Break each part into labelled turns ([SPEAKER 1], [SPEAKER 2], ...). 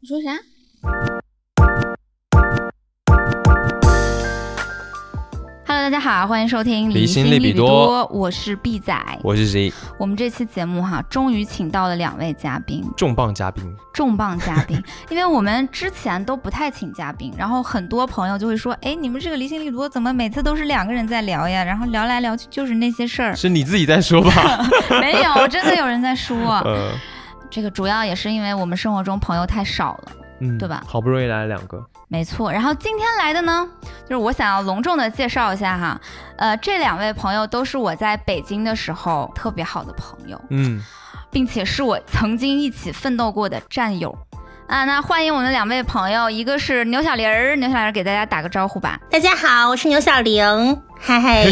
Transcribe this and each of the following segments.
[SPEAKER 1] 你说啥？
[SPEAKER 2] Hello，大家好，欢迎收听
[SPEAKER 3] 离心
[SPEAKER 2] 心
[SPEAKER 3] 利
[SPEAKER 2] 比
[SPEAKER 3] 比多
[SPEAKER 2] 我是毕仔。
[SPEAKER 3] 我是 Z，
[SPEAKER 2] 我们这期节目哈，终于请到了两位嘉宾，
[SPEAKER 3] 重磅嘉宾，，
[SPEAKER 2] 重磅嘉宾，因为我们之前都不太请嘉宾，然后很多朋友就会说，哎，你们这个离心力多怎么每次都是两个人在聊呀？然后聊来聊去就是那些 事儿
[SPEAKER 3] 是你自己在 说吧？
[SPEAKER 2] 没有，真的有人在说，
[SPEAKER 3] 呃，
[SPEAKER 2] 这个主要也是因为我们生活中朋友太少了。
[SPEAKER 3] 嗯
[SPEAKER 2] 对吧
[SPEAKER 3] 好不容易来了两个，
[SPEAKER 2] 没错，然后今天来的呢，就是我想要隆重的介绍一下哈，呃，这两位朋友都是我在北京的时候特别好的朋友，
[SPEAKER 3] 嗯，
[SPEAKER 2] 并且是我曾经一起奋斗过的战友啊。那欢迎我们的两位朋友，一个是牛小玲儿，牛小玲儿给大家打个招呼吧。，
[SPEAKER 1] 大家好，我是牛小玲，嗨嗨。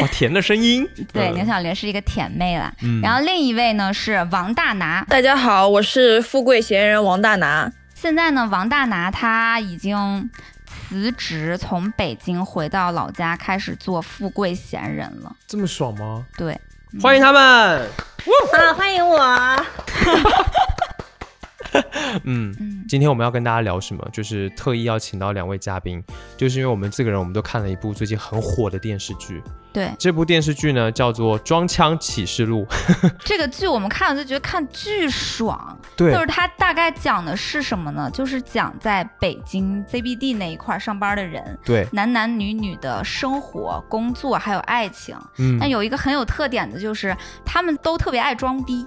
[SPEAKER 3] 好甜的声音
[SPEAKER 2] 对，
[SPEAKER 3] 嗯
[SPEAKER 2] 牛小玲是一个甜妹啦。
[SPEAKER 3] 嗯
[SPEAKER 2] 然后另一位呢是王大拿，
[SPEAKER 4] 大家好，我是富贵闲人王大拿。
[SPEAKER 2] 现在呢王大拿他已经辞职，从北京回到老家，开始做富贵闲人了。
[SPEAKER 3] 这么爽吗？
[SPEAKER 2] 对，嗯
[SPEAKER 3] 欢迎他们，
[SPEAKER 1] 啊，欢迎我！
[SPEAKER 3] 嗯。
[SPEAKER 2] 嗯，
[SPEAKER 3] 今天我们要跟大家聊什么？就是特意要请到两位嘉宾，就是因为我们四个人我们都看了一部最近很火的电视剧。
[SPEAKER 2] 对，
[SPEAKER 3] 这部电视剧呢叫做《装腔启示录》，
[SPEAKER 2] 这个剧我们看了就觉得看巨爽，
[SPEAKER 3] 对
[SPEAKER 2] 就是它大概讲的是什么呢？就是讲在北京 CBD 那一块儿上班的人，
[SPEAKER 3] 对，
[SPEAKER 2] 男男女女的生活、工作还有爱情。
[SPEAKER 3] 嗯
[SPEAKER 2] 但，有一个很有特点的就是，他们都特别爱装逼，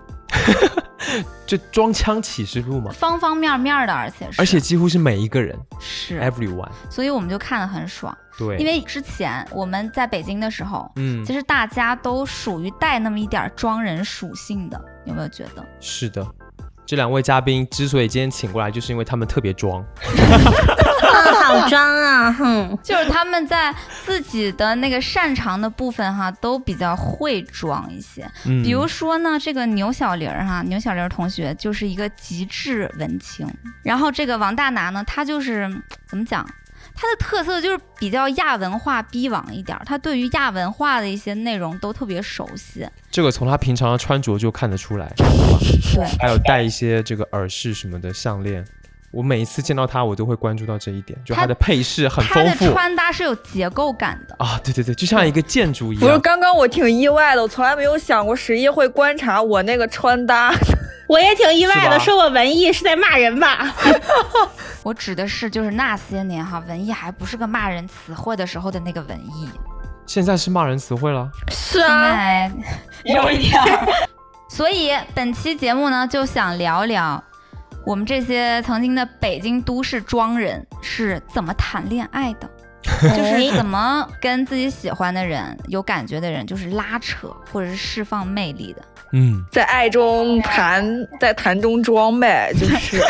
[SPEAKER 3] 就《装腔启示录》嘛，
[SPEAKER 2] 方方面面的，而且是
[SPEAKER 3] 而且几乎是每一个人
[SPEAKER 2] 是，
[SPEAKER 3] ，everyone，
[SPEAKER 2] 所以我们就看得很爽。
[SPEAKER 3] 对，
[SPEAKER 2] 因为之前我们在北京的时候，
[SPEAKER 3] 嗯
[SPEAKER 2] 其，实大家都属于带那么一点儿装人属性的，有没有觉得？
[SPEAKER 3] 是的。这两位嘉宾之所以今天请过来，就是因为他们特别装。
[SPEAKER 1] 啊，好装啊，哼，
[SPEAKER 2] 就是他们在自己的那个擅长的部分哈，都比较会装一些。
[SPEAKER 3] 嗯
[SPEAKER 2] 比如说呢，这个牛小玲儿哈，牛小玲儿同学就是一个极致文青，然后这个王大拿呢，他就是嗯怎么讲？他的特色就是比较亚文化逼王一点儿，他对于亚文化的一些内容都特别熟悉。
[SPEAKER 3] 这个从他平常的穿着就看得出来，好吧
[SPEAKER 2] 对
[SPEAKER 3] 还有戴一些这个耳饰什么的项链。我每一次见到他，我都会关注到这一点，就
[SPEAKER 2] 他
[SPEAKER 3] 他的配饰很
[SPEAKER 2] 他
[SPEAKER 3] 丰
[SPEAKER 2] 的
[SPEAKER 3] 富
[SPEAKER 2] 穿搭是有结构感的，
[SPEAKER 3] 啊，对对对，就像一个建筑一
[SPEAKER 4] 不是，
[SPEAKER 3] 样。
[SPEAKER 4] 刚刚我挺意外的，我从来没有想过十一会观察我那个穿搭。
[SPEAKER 1] 我也挺意外的，
[SPEAKER 3] 是吧
[SPEAKER 1] 说我文艺是在骂人吧？
[SPEAKER 2] 我指的是就是那些年哈，文艺还不是个骂人词汇的时候的那个文艺。
[SPEAKER 3] 现在是骂人词汇了，
[SPEAKER 4] 是
[SPEAKER 2] 现
[SPEAKER 4] 啊，
[SPEAKER 2] 在有一点。所以本期节目呢，就想聊聊我们这些曾经的北京都市装人是怎么谈恋爱的，
[SPEAKER 1] 哎
[SPEAKER 2] 就是怎么跟自己喜欢的人、有感觉的人，就是拉扯或者是释放魅力的。
[SPEAKER 3] 嗯
[SPEAKER 4] 在爱中谈，在谈中装呗，就是。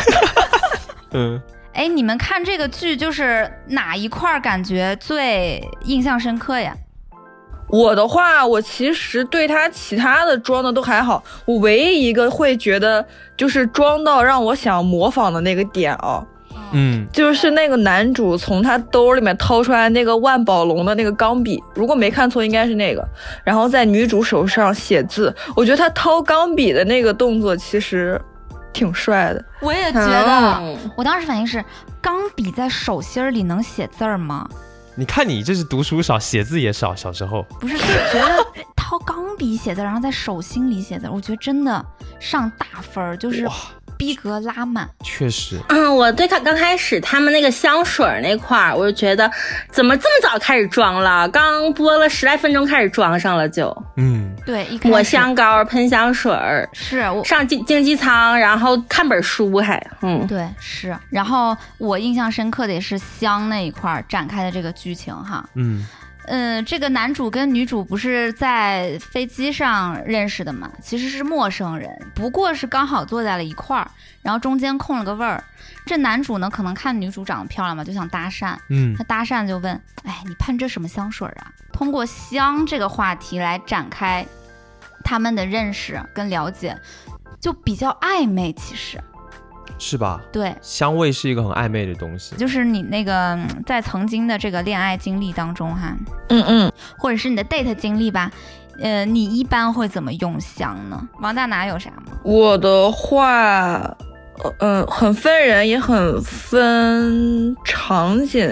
[SPEAKER 3] 嗯，
[SPEAKER 2] 哎，你们看这个剧，就是哪一块儿感觉最印象深刻呀？
[SPEAKER 4] 我的话，我其实对他其他的装的都还好，我唯一一个会觉得就是装到让我想模仿的那个点哦，
[SPEAKER 3] 嗯，
[SPEAKER 4] 就是那个男主从他兜里面掏出来那个万宝龙的那个钢笔，如果没看错，应该是那个，然后在女主手上写字。我觉得他掏钢笔的那个动作其实挺帅的，
[SPEAKER 2] 我
[SPEAKER 1] 哎
[SPEAKER 2] 也觉得，
[SPEAKER 1] 嗯
[SPEAKER 2] 我当时反应是，钢笔在手心儿里能写字儿吗？
[SPEAKER 3] 你看你这是读书少，写字也少，小时候
[SPEAKER 2] 不是，就觉得掏钢笔写字，然后在手心里写字，我觉得真的上大分儿，就是
[SPEAKER 3] 哇
[SPEAKER 2] 逼格拉满。
[SPEAKER 3] 确实，
[SPEAKER 1] 嗯，我对他刚开始他们那个香水儿那块儿，我就觉得怎么这么早开始装了？刚播了十来分钟开始装上了就，
[SPEAKER 3] 嗯，
[SPEAKER 2] 对，一开始
[SPEAKER 1] 抹香膏、喷香水儿，
[SPEAKER 2] 是我。
[SPEAKER 1] 上经经济舱，然后看本书还，嗯，
[SPEAKER 2] 对，是。然后我印象深刻的也是香那一块儿展开的这个剧情哈，
[SPEAKER 3] 嗯，
[SPEAKER 2] 嗯，这个男主跟女主不是在飞机上认识的嘛，其实是陌生人，不过是刚好坐在了一块儿，然后中间空了个位儿。这男主呢，可能看女主长得漂亮嘛，就想搭讪，
[SPEAKER 3] 嗯
[SPEAKER 2] 他，搭讪就问：“哎，你喷这什么香水啊？”通过香这个话题来展开他们的认识跟了解，就比较暧昧。其实，
[SPEAKER 3] 是吧？
[SPEAKER 2] 对，
[SPEAKER 3] 香味是一个很暧昧的东西，
[SPEAKER 2] 就是你那个嗯在曾经的这个恋爱经历当中哈，
[SPEAKER 4] 嗯嗯，
[SPEAKER 2] 或者是你的 date 经历吧，呃，你一般会怎么用香呢？王大拿有啥吗？
[SPEAKER 4] 我的话，呃嗯、很分人，也很分场景。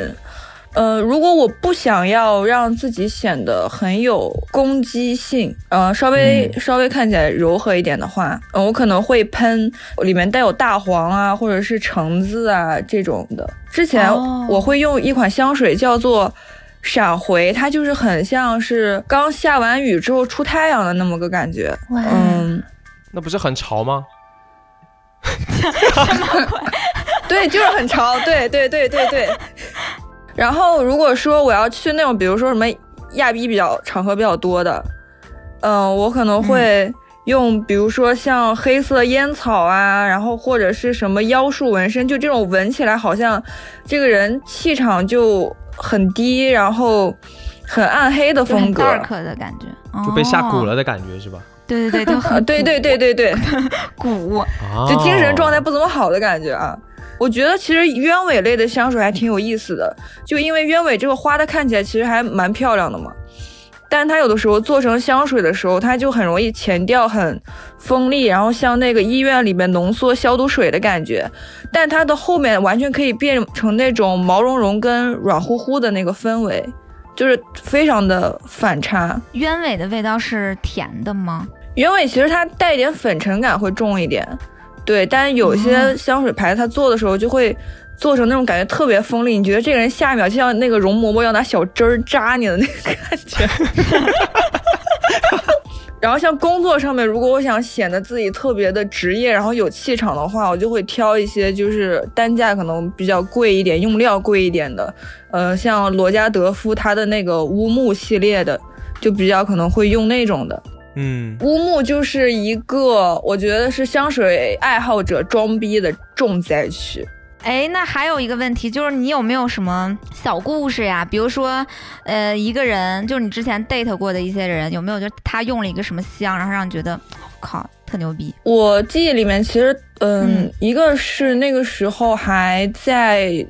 [SPEAKER 4] 呃，如果我不想要让自己显得很有攻击性，呃，稍微、稍微看起来柔和一点的话，嗯、我可能会喷里面带有大黄啊，或者是橙子啊这种的。之前
[SPEAKER 2] 哦
[SPEAKER 4] 我会用一款香水叫做闪回，它就是很像是刚下完雨之后出太阳的那么个感觉。
[SPEAKER 1] 哇
[SPEAKER 4] 嗯，
[SPEAKER 3] 那不是很潮吗？
[SPEAKER 4] 对，就是很潮，对对对对对。然后如果说我要去那种，比如说什么亚逼比较场合比较多的，嗯、我可能会用，比如说像黑色烟草啊，然后或者是什么妖术纹身，就这种闻起来好像这个人气场就很低，然后很暗黑的
[SPEAKER 2] 就
[SPEAKER 4] 风
[SPEAKER 2] 很
[SPEAKER 4] 格。
[SPEAKER 2] dark 的感觉，
[SPEAKER 3] 就被吓蛊
[SPEAKER 2] 哦。
[SPEAKER 3] 了的感觉是吧？
[SPEAKER 2] 对对对， 就
[SPEAKER 4] 啊，
[SPEAKER 2] 很
[SPEAKER 4] 对对对对对，
[SPEAKER 2] 蛊。
[SPEAKER 3] 啊，
[SPEAKER 4] 就精神状态不怎么好的感觉啊。我觉得其实鸢尾类的香水还挺有意思的，就因为鸢尾这个花它看起来其实还蛮漂亮的嘛，但是它有的时候做成香水的时候，它就很容易前调很锋利，然后像那个医院里面浓缩消毒水的感觉，但它的后面完全可以变成那种毛茸茸跟软乎乎的那个氛围，就是非常的反差。
[SPEAKER 2] 鸢尾的味道是甜的吗？
[SPEAKER 4] 原尾其实它带一点粉尘感会重一点，对，但是有些香水牌子它做的时候就会做成那种感觉特别锋利，你觉得这个人下一秒就像那个容嬷嬷要拿小针儿扎你的那个感觉。 然后像工作上面，如果我想显得自己特别的职业，然后有气场的话，我就会挑一些就是单价可能比较贵一点、用料贵一点的，呃，像罗加德夫它的那个乌木系列的，就比较可能会用那种的。
[SPEAKER 3] 嗯，
[SPEAKER 4] 乌木就是一个，我觉得是香水爱好者装逼的重灾区。
[SPEAKER 2] 哎，那还有一个问题就是，你有没有什么小故事呀？比如说，呃，一个人，就是你之前 date 过的一些人，有没有就是他用了一个什么香，然后让你觉得，我靠，特牛逼？
[SPEAKER 4] 我记忆里面其实，嗯，
[SPEAKER 2] 嗯
[SPEAKER 4] 一个是那个时候还在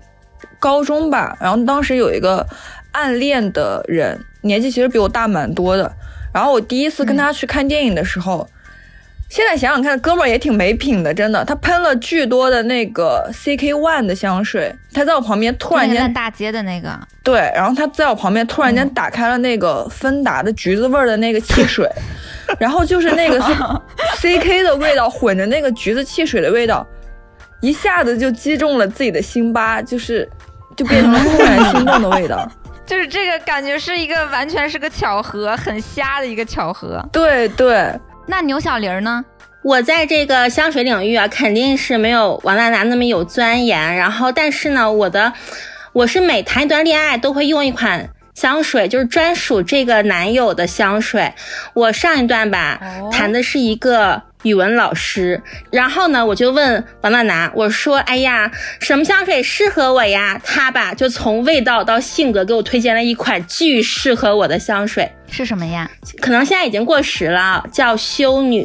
[SPEAKER 4] 高中吧，然后当时有一个暗恋的人，年纪其实比我大蛮多的。然后我第一次跟他去看电影的时候，现在想想看，哥们儿也挺没品的，真的。他喷了巨多的那个 CK One 的香水，他在我旁边突然
[SPEAKER 2] 那个
[SPEAKER 4] 间
[SPEAKER 2] 烂大街的那个，
[SPEAKER 4] 对，然后他在我旁边突然
[SPEAKER 2] 嗯
[SPEAKER 4] 间打开了那个芬达的橘子味儿的那个 汽水，然后就是那个 C K 的味道混着那个橘子汽水的味道，一下子就击中了自己的心巴，就是就变成了怦然心动的 味道。
[SPEAKER 2] 就是这个感觉是一个完全是个巧合，很瞎的一个巧合。
[SPEAKER 4] 对 对，
[SPEAKER 2] 那牛小玲儿呢？
[SPEAKER 1] 我在这个香水领域啊，肯定是没有王大拿那么有钻研。然后，但是呢，我的我是每谈一段恋爱都会用一款香水，就是专属这个男友的香水。我上一段吧，
[SPEAKER 2] 哦
[SPEAKER 1] 谈的是一个语文老师，然后呢，我就问王大拿，我说：“哎呀，什么香水适合我呀？”他吧，就从味道到性格给我推荐了一款巨适合我的香水。
[SPEAKER 2] 是什么呀？
[SPEAKER 1] 可能现在已经过时了，叫《修女》。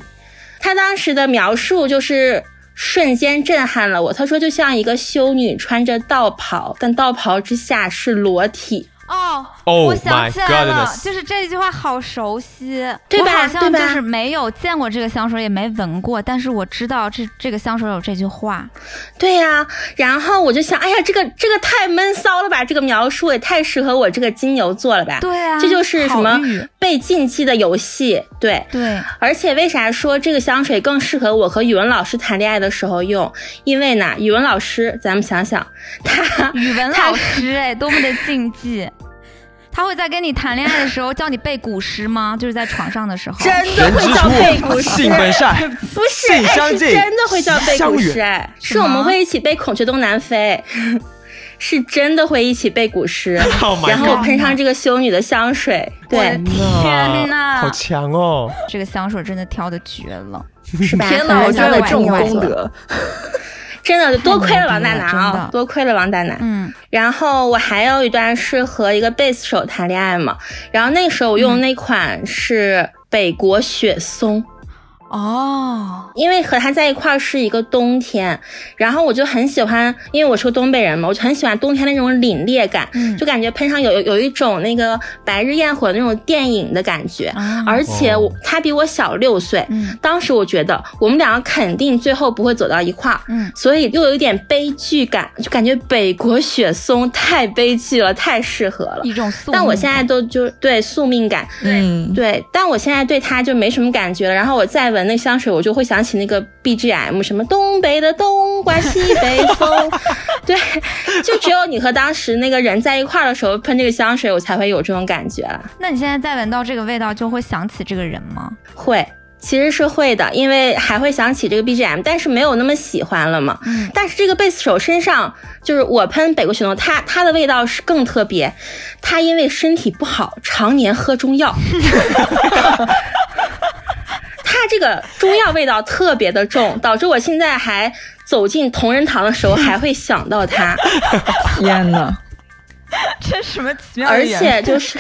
[SPEAKER 1] 她当时的描述就是瞬间震撼了我。她说，就像一个修女穿着道袍，但道袍之下是裸体。
[SPEAKER 2] 哦
[SPEAKER 3] Oh
[SPEAKER 2] 我想
[SPEAKER 3] my
[SPEAKER 2] 起来了
[SPEAKER 3] goodness
[SPEAKER 2] 就是这句话好熟悉，
[SPEAKER 1] 对吧
[SPEAKER 2] 我好像
[SPEAKER 1] 对吧
[SPEAKER 2] 就是没有见过这个香水，也没闻过，但是我知道这这个香水有这句话。
[SPEAKER 1] 对呀、然后我就想，哎呀，这个这个太闷骚了吧，这个描述也太适合我这个金牛座了吧。
[SPEAKER 2] 对啊，
[SPEAKER 1] 这就是什么
[SPEAKER 2] 好玉
[SPEAKER 1] 被禁忌的游戏，对，
[SPEAKER 2] 对，
[SPEAKER 1] 而且为啥说这个香水更适合我和语文老师谈恋爱的时候用？因为呢，语文老师，咱们想想，他
[SPEAKER 2] 语文老师哎，多么的禁忌。他会在跟你谈恋爱的时候叫你背古诗吗？就是在床上的时候。
[SPEAKER 1] 真的
[SPEAKER 3] 人
[SPEAKER 1] 会叫背
[SPEAKER 3] 之
[SPEAKER 1] 古
[SPEAKER 3] 初，
[SPEAKER 1] 诗，
[SPEAKER 3] 性本善，
[SPEAKER 1] 不是，
[SPEAKER 3] 性
[SPEAKER 1] 哎，
[SPEAKER 3] 相
[SPEAKER 1] 是
[SPEAKER 3] 近
[SPEAKER 1] 真的会叫背古
[SPEAKER 3] 相
[SPEAKER 1] 诗，
[SPEAKER 3] 远啊
[SPEAKER 1] 哎，
[SPEAKER 2] 是
[SPEAKER 1] 是我们
[SPEAKER 2] 吗
[SPEAKER 1] 会一起背《孔雀东南飞》，是真的会一起背古诗。
[SPEAKER 3] Oh my
[SPEAKER 1] 然后我
[SPEAKER 2] God
[SPEAKER 1] 喷上这个修女的香水，
[SPEAKER 2] 我的
[SPEAKER 1] 对，
[SPEAKER 2] 天呐
[SPEAKER 3] 好强哦！
[SPEAKER 2] 这个香水真的挑的绝了，
[SPEAKER 1] 是 吧？
[SPEAKER 4] 天哪，我
[SPEAKER 1] 真
[SPEAKER 2] 真
[SPEAKER 4] 真的
[SPEAKER 2] 的
[SPEAKER 1] 的
[SPEAKER 4] 这种
[SPEAKER 2] 中
[SPEAKER 4] 功
[SPEAKER 2] 了
[SPEAKER 4] 德，
[SPEAKER 1] 真的多亏了王大
[SPEAKER 2] 太牛逼
[SPEAKER 1] 拿
[SPEAKER 2] 了真
[SPEAKER 1] 啊
[SPEAKER 2] 的，
[SPEAKER 1] 多亏了王大拿。
[SPEAKER 2] 嗯，
[SPEAKER 1] 然后我还有一段是和一个贝斯手谈恋爱嘛，然后那时候我用那款是北国雪松，
[SPEAKER 2] 哦，
[SPEAKER 1] 因为和他在一块儿是一个冬天，然后我就很喜欢，因为我是个东北人嘛，我就很喜欢冬天那种凛冽感，
[SPEAKER 2] 嗯
[SPEAKER 1] 就感觉喷上有有有一种那个白日焰火那种电影的感觉。
[SPEAKER 2] 啊
[SPEAKER 1] 而且我
[SPEAKER 3] 哦
[SPEAKER 1] 他比我小六岁，
[SPEAKER 2] 嗯
[SPEAKER 1] 当时我觉得我们两个肯定最后不会走到一块儿，
[SPEAKER 2] 嗯
[SPEAKER 1] 所以又有一点悲剧感，就感觉北国雪松太悲剧了，太适合了。
[SPEAKER 2] 一种宿命感。
[SPEAKER 1] 但我现在都就对宿命感，
[SPEAKER 4] 嗯，
[SPEAKER 1] 对，但我现在对它就没什么感觉了。然后我再闻那香水，我就会想起那个 BGM，什么东北的冬刮西北风， 对，就只有你和当时那个人在一块儿的时候喷这个香水，我才会有这种感觉了。
[SPEAKER 2] 那你现在再闻到这个味道，就会想起这个人吗？
[SPEAKER 1] 会，其实是会的，因为还会想起这个 BGM，但是没有那么喜欢了嘛。
[SPEAKER 2] 嗯
[SPEAKER 1] 但是这个贝斯手身上，就是我喷北国雪诺，它它的味道是更特别。它因为身体不好，常年喝中药，它这个中药味道特别的重，导致我现在还走进同仁堂的时候还会想到它，
[SPEAKER 4] 天呐，
[SPEAKER 2] 这什么奇
[SPEAKER 1] 而且就是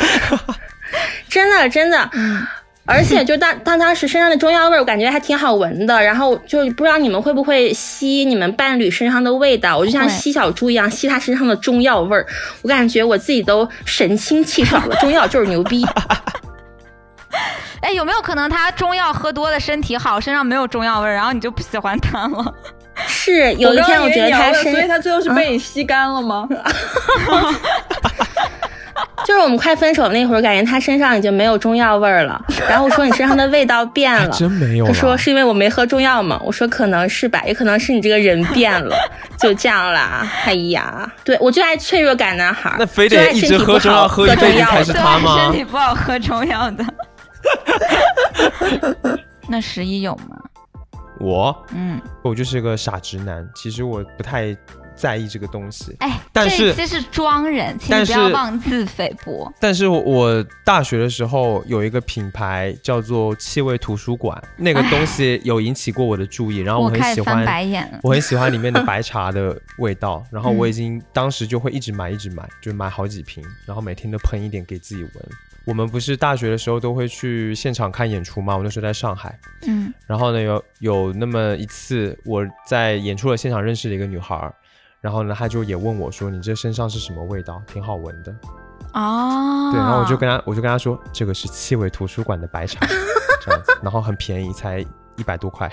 [SPEAKER 1] 真的真的。
[SPEAKER 4] 嗯
[SPEAKER 1] 而且就当当当时身上的中药味儿，我感觉还挺好闻的。然后就不知道你们会不会吸你们伴侣身上的味道，我就像
[SPEAKER 2] 会
[SPEAKER 1] 吸小猪一样吸他身上的中药味儿。我感觉我自己都神清气爽了，中药就是牛 逼。
[SPEAKER 2] 哎，有没有可能他中药喝多了，身体好，身上没有中药味儿，然后你就不喜欢他了？
[SPEAKER 1] 是有一天我觉得他嗯
[SPEAKER 4] 他
[SPEAKER 1] 身，
[SPEAKER 4] 所以他最后是被你吸干了吗？
[SPEAKER 1] 就是我们快分手那会儿，感觉他身上已经没有中药味儿了。然后我说你身上的味道变
[SPEAKER 3] 还
[SPEAKER 1] 了，
[SPEAKER 3] 真没有
[SPEAKER 1] 嗯
[SPEAKER 3] 啊
[SPEAKER 1] 他
[SPEAKER 3] 了。
[SPEAKER 1] 说是因为我没喝中药嘛，我说可能是吧，也可能是你这个人变 了，就这样啦。哎呀，对我就爱脆弱感男孩儿，
[SPEAKER 3] 那非
[SPEAKER 1] 就
[SPEAKER 3] 得
[SPEAKER 1] 爱
[SPEAKER 3] 一
[SPEAKER 1] 身
[SPEAKER 3] 直
[SPEAKER 1] 体
[SPEAKER 3] 喝
[SPEAKER 1] 不
[SPEAKER 3] 中
[SPEAKER 1] 好
[SPEAKER 3] 药喝一
[SPEAKER 1] 喝中
[SPEAKER 3] 辈子
[SPEAKER 1] 药
[SPEAKER 3] 才
[SPEAKER 1] 的
[SPEAKER 3] 是他 吗
[SPEAKER 2] 身体不好喝中药的。 那十一有吗？
[SPEAKER 3] 我，
[SPEAKER 2] 嗯，
[SPEAKER 3] 我就是个傻直男，其实我不太在意这个东西。
[SPEAKER 2] 哎，
[SPEAKER 3] 但
[SPEAKER 2] 这
[SPEAKER 3] 是
[SPEAKER 2] 一期是装人，请你
[SPEAKER 3] 但
[SPEAKER 2] 不要
[SPEAKER 3] 是
[SPEAKER 2] 妄自菲薄。
[SPEAKER 3] 但是我我大学的时候有一个品牌叫做气味图书馆，那个东西有引起过我的注意，然后
[SPEAKER 2] 我
[SPEAKER 3] 很
[SPEAKER 2] 开
[SPEAKER 3] 喜
[SPEAKER 2] 始翻
[SPEAKER 3] 欢，
[SPEAKER 2] 白眼了。
[SPEAKER 3] 我很喜欢里面的白茶的味道，然后我
[SPEAKER 2] 嗯
[SPEAKER 3] 已经当时就会一直买，一直买，就买好几瓶，然后每天都喷一点给自己闻。我们不是大学的时候都会去现场看演出吗？我那时候在上海，
[SPEAKER 2] 嗯，
[SPEAKER 3] 然后呢，有有那么一次，我在演出的现场认识了一个女孩儿，然后呢，她就也问我说：“你这身上是什么味道？挺好闻的。
[SPEAKER 2] 哦，
[SPEAKER 3] 对，然后我就跟她，我就跟她说，这个是气味图书馆的 白茶，这样子，然后很便宜，才一百多块。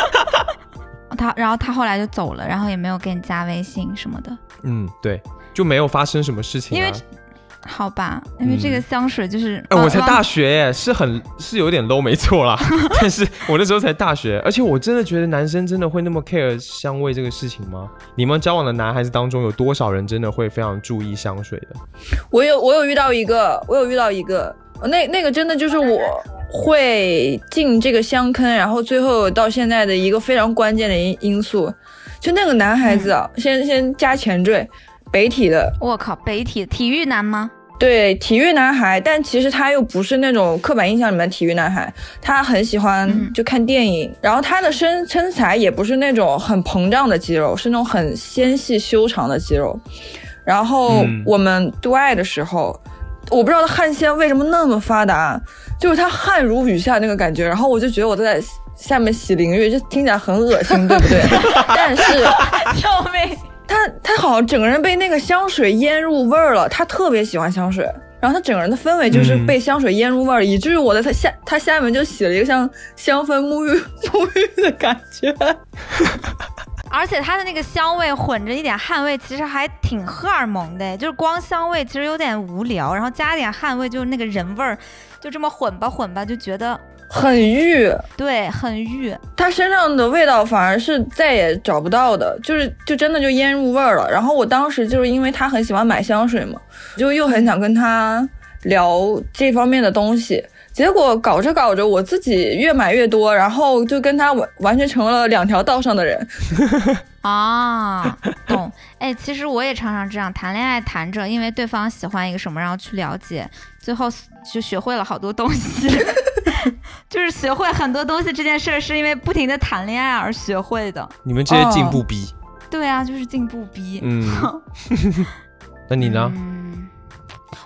[SPEAKER 2] 他，然后他后来就走了，然后也没有给你加微信什么的。
[SPEAKER 3] 嗯，对，就没有发生什么事情、啊。
[SPEAKER 2] 因为好吧，因为这个香水就是，
[SPEAKER 3] 嗯哎，我才
[SPEAKER 2] 汪
[SPEAKER 3] 大学耶，是很是有点 low 没 错啦，但是我那时候才大学，而且我真的觉得男生真的会那么 care 香味这个事情吗？你们交往的男孩子当中有多少人真的会非常注意香水的？
[SPEAKER 4] 我有我有遇到一个，我有遇到一个，那那个真的就是我会进这个香坑，然后最后到现在的一个非常关键的因因素，就那个男孩子啊，先先加前缀，北体的，
[SPEAKER 2] 我靠，北体体育男 吗？
[SPEAKER 4] 对，体育男孩，但其实他又不是那种刻板印象里面的体育男孩，他很喜
[SPEAKER 2] 嗯
[SPEAKER 4] 欢就看电影，然后他的身身材也不是那种很膨胀的肌肉，是那种很纤细修长的肌肉。然后
[SPEAKER 3] 嗯
[SPEAKER 4] 我们对外的时候，我不知道他汗腺为什么那么发达，就是他汗如雨下那个感觉，然后我就觉得我在下面洗淋浴，就听起来很恶心，对不对？但是。
[SPEAKER 2] 救命！
[SPEAKER 4] 他他好像整个人被那个香水腌入味儿了，他特别喜欢香水，然后他整个人的氛围就是
[SPEAKER 3] 嗯
[SPEAKER 4] 被香水腌入味儿了，以至于我在他下他下面就洗了一个像香氛沐浴 沐浴的感觉。
[SPEAKER 2] 而且它的那个香味混着一点汗味，其实还挺荷尔蒙的，就是光香味其实有点无聊，然后加点汗味，就是那个人味儿，就这么混吧混吧，就觉得
[SPEAKER 4] 很欲，
[SPEAKER 2] 对很欲。
[SPEAKER 4] 他身上的味道反而是再也找不到的，就是就真的就腌入味儿了。然后我当时就是因为他很喜欢买香水嘛，就又很想跟他聊这方面的东西。结果搞着搞着，我自己越买越多，然后就跟他完完全成了两条道上的人。
[SPEAKER 2] 啊，懂。哎，其实我也常常这样，谈恋爱谈着，因为对方喜欢一个什么，然后去了解，最后就学会了好多东 西。就是学会很多东西这件事儿，是因为不停的谈恋爱而学会的。
[SPEAKER 3] 你们这些进
[SPEAKER 2] 哦
[SPEAKER 3] 步逼，
[SPEAKER 2] 对啊，就是进步逼。
[SPEAKER 3] 嗯，那你呢？
[SPEAKER 2] 嗯，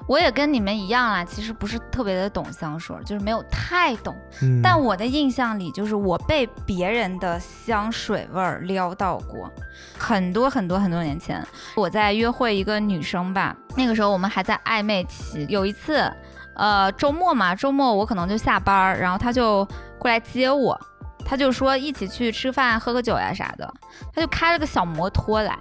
[SPEAKER 2] 我也跟你们一样啦，其实不是特别的懂香水，就是没有太懂。
[SPEAKER 3] 嗯
[SPEAKER 2] 但我的印象里，就是我被别人的香水味儿撩到过，很多很多很多年前，我在约会一个女生吧，那个时候我们还在暧昧期。有一次，呃，周末嘛，周末我可能就下班儿，然后她就过来接我，她就说一起去吃饭、喝个酒呀啥的，她就开了个小摩托来。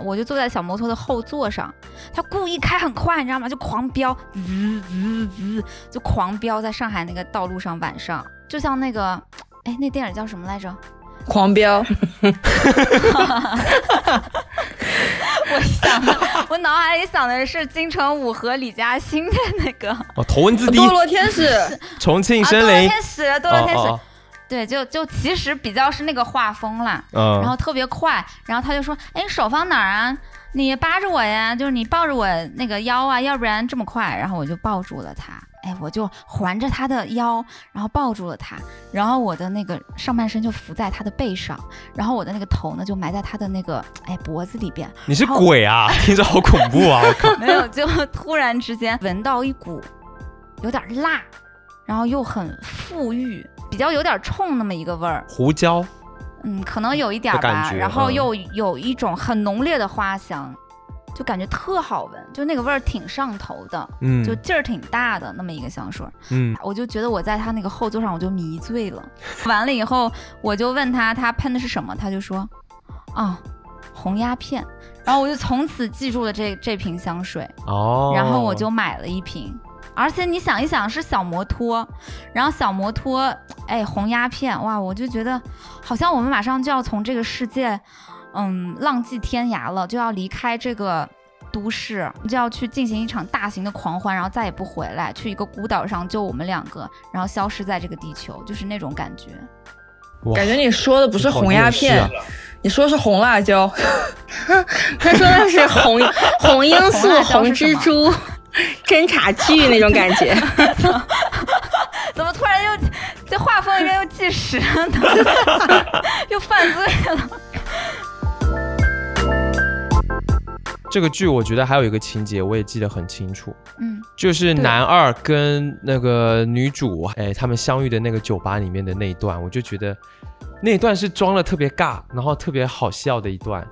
[SPEAKER 2] 我就坐在小摩托的后座上，她故意开很快，你知道吗？就狂飙，滋滋滋，就狂飙在上海那个道路上，晚上就像那个，哎，那电影叫什么来着？
[SPEAKER 4] 狂飙，
[SPEAKER 2] 我想的，我脑海里想的是京城五和李嘉欣的那个《
[SPEAKER 3] 哦，头文字 D，
[SPEAKER 4] 堕落天使，
[SPEAKER 3] 重庆
[SPEAKER 2] 啊，堕
[SPEAKER 3] 森
[SPEAKER 2] 落
[SPEAKER 3] 林哦
[SPEAKER 2] 天，使》，《堕落天使》，对，就就其实比较是那个画风啦，
[SPEAKER 3] 嗯，
[SPEAKER 2] 然后特别快，然后他就说，哎，你手放哪儿啊？你扒着我呀，就是你抱着我那个腰啊，要不然这么快。然后我就抱住了他，哎，我就环着他的腰，然后抱住了他，然后我的那个上半身就浮在他的背上，然后我的那个头呢就埋在他的那个哎脖子里边，
[SPEAKER 3] 你是鬼 啊，听着好恐怖啊！我靠，
[SPEAKER 2] 没有，就突然之间闻到一股有点辣，然后又很馥郁，比较有点冲那么一个味儿，
[SPEAKER 3] 胡椒，
[SPEAKER 2] 嗯，可能有一点儿
[SPEAKER 3] 的感
[SPEAKER 2] 吧，
[SPEAKER 3] 觉
[SPEAKER 2] 然后
[SPEAKER 3] 嗯
[SPEAKER 2] 又有一种很浓烈的花香，就感觉特好闻，就那个味儿挺上头的，
[SPEAKER 3] 嗯，
[SPEAKER 2] 就劲儿挺大的那么一个香水儿。
[SPEAKER 3] 嗯，
[SPEAKER 2] 我就觉得我在他那个后座上我就迷醉了。 完了以后，我就问他他喷的是什么，他就说啊、红鸦片。然后我就从此记住了这这瓶香水。
[SPEAKER 3] 哦，
[SPEAKER 2] 然后我就买了一瓶。而且你想一想，是小摩托，然后小摩托，哎，红鸦片，哇，我就觉得好像我们马上就要从这个世界，嗯，浪迹天涯了，就要离开这个都市，就要去进行一场大型的狂欢，然后再也不回来，去一个孤岛上就我们两个，然后消失在这个地球，就是那种感觉。
[SPEAKER 3] 哇
[SPEAKER 4] 感觉你说的不是红鸦片，
[SPEAKER 3] 好厌啊
[SPEAKER 4] 你说是红辣椒，
[SPEAKER 1] 他说的是 红红罂粟
[SPEAKER 2] 红辣椒、是
[SPEAKER 1] 红蜘蛛、侦察剧那种感觉。
[SPEAKER 2] 怎么突然又这画风里面又计时了呢？ 又犯罪了。
[SPEAKER 3] 这个剧，我觉得还有一个情节我也记得很清楚，
[SPEAKER 2] 嗯，
[SPEAKER 3] 就是
[SPEAKER 2] 对
[SPEAKER 3] 男二跟那个女主，哎，他们相遇的那个酒吧里面的那一段，我就觉得那一段是装的特别尬，然后特别好笑的一段。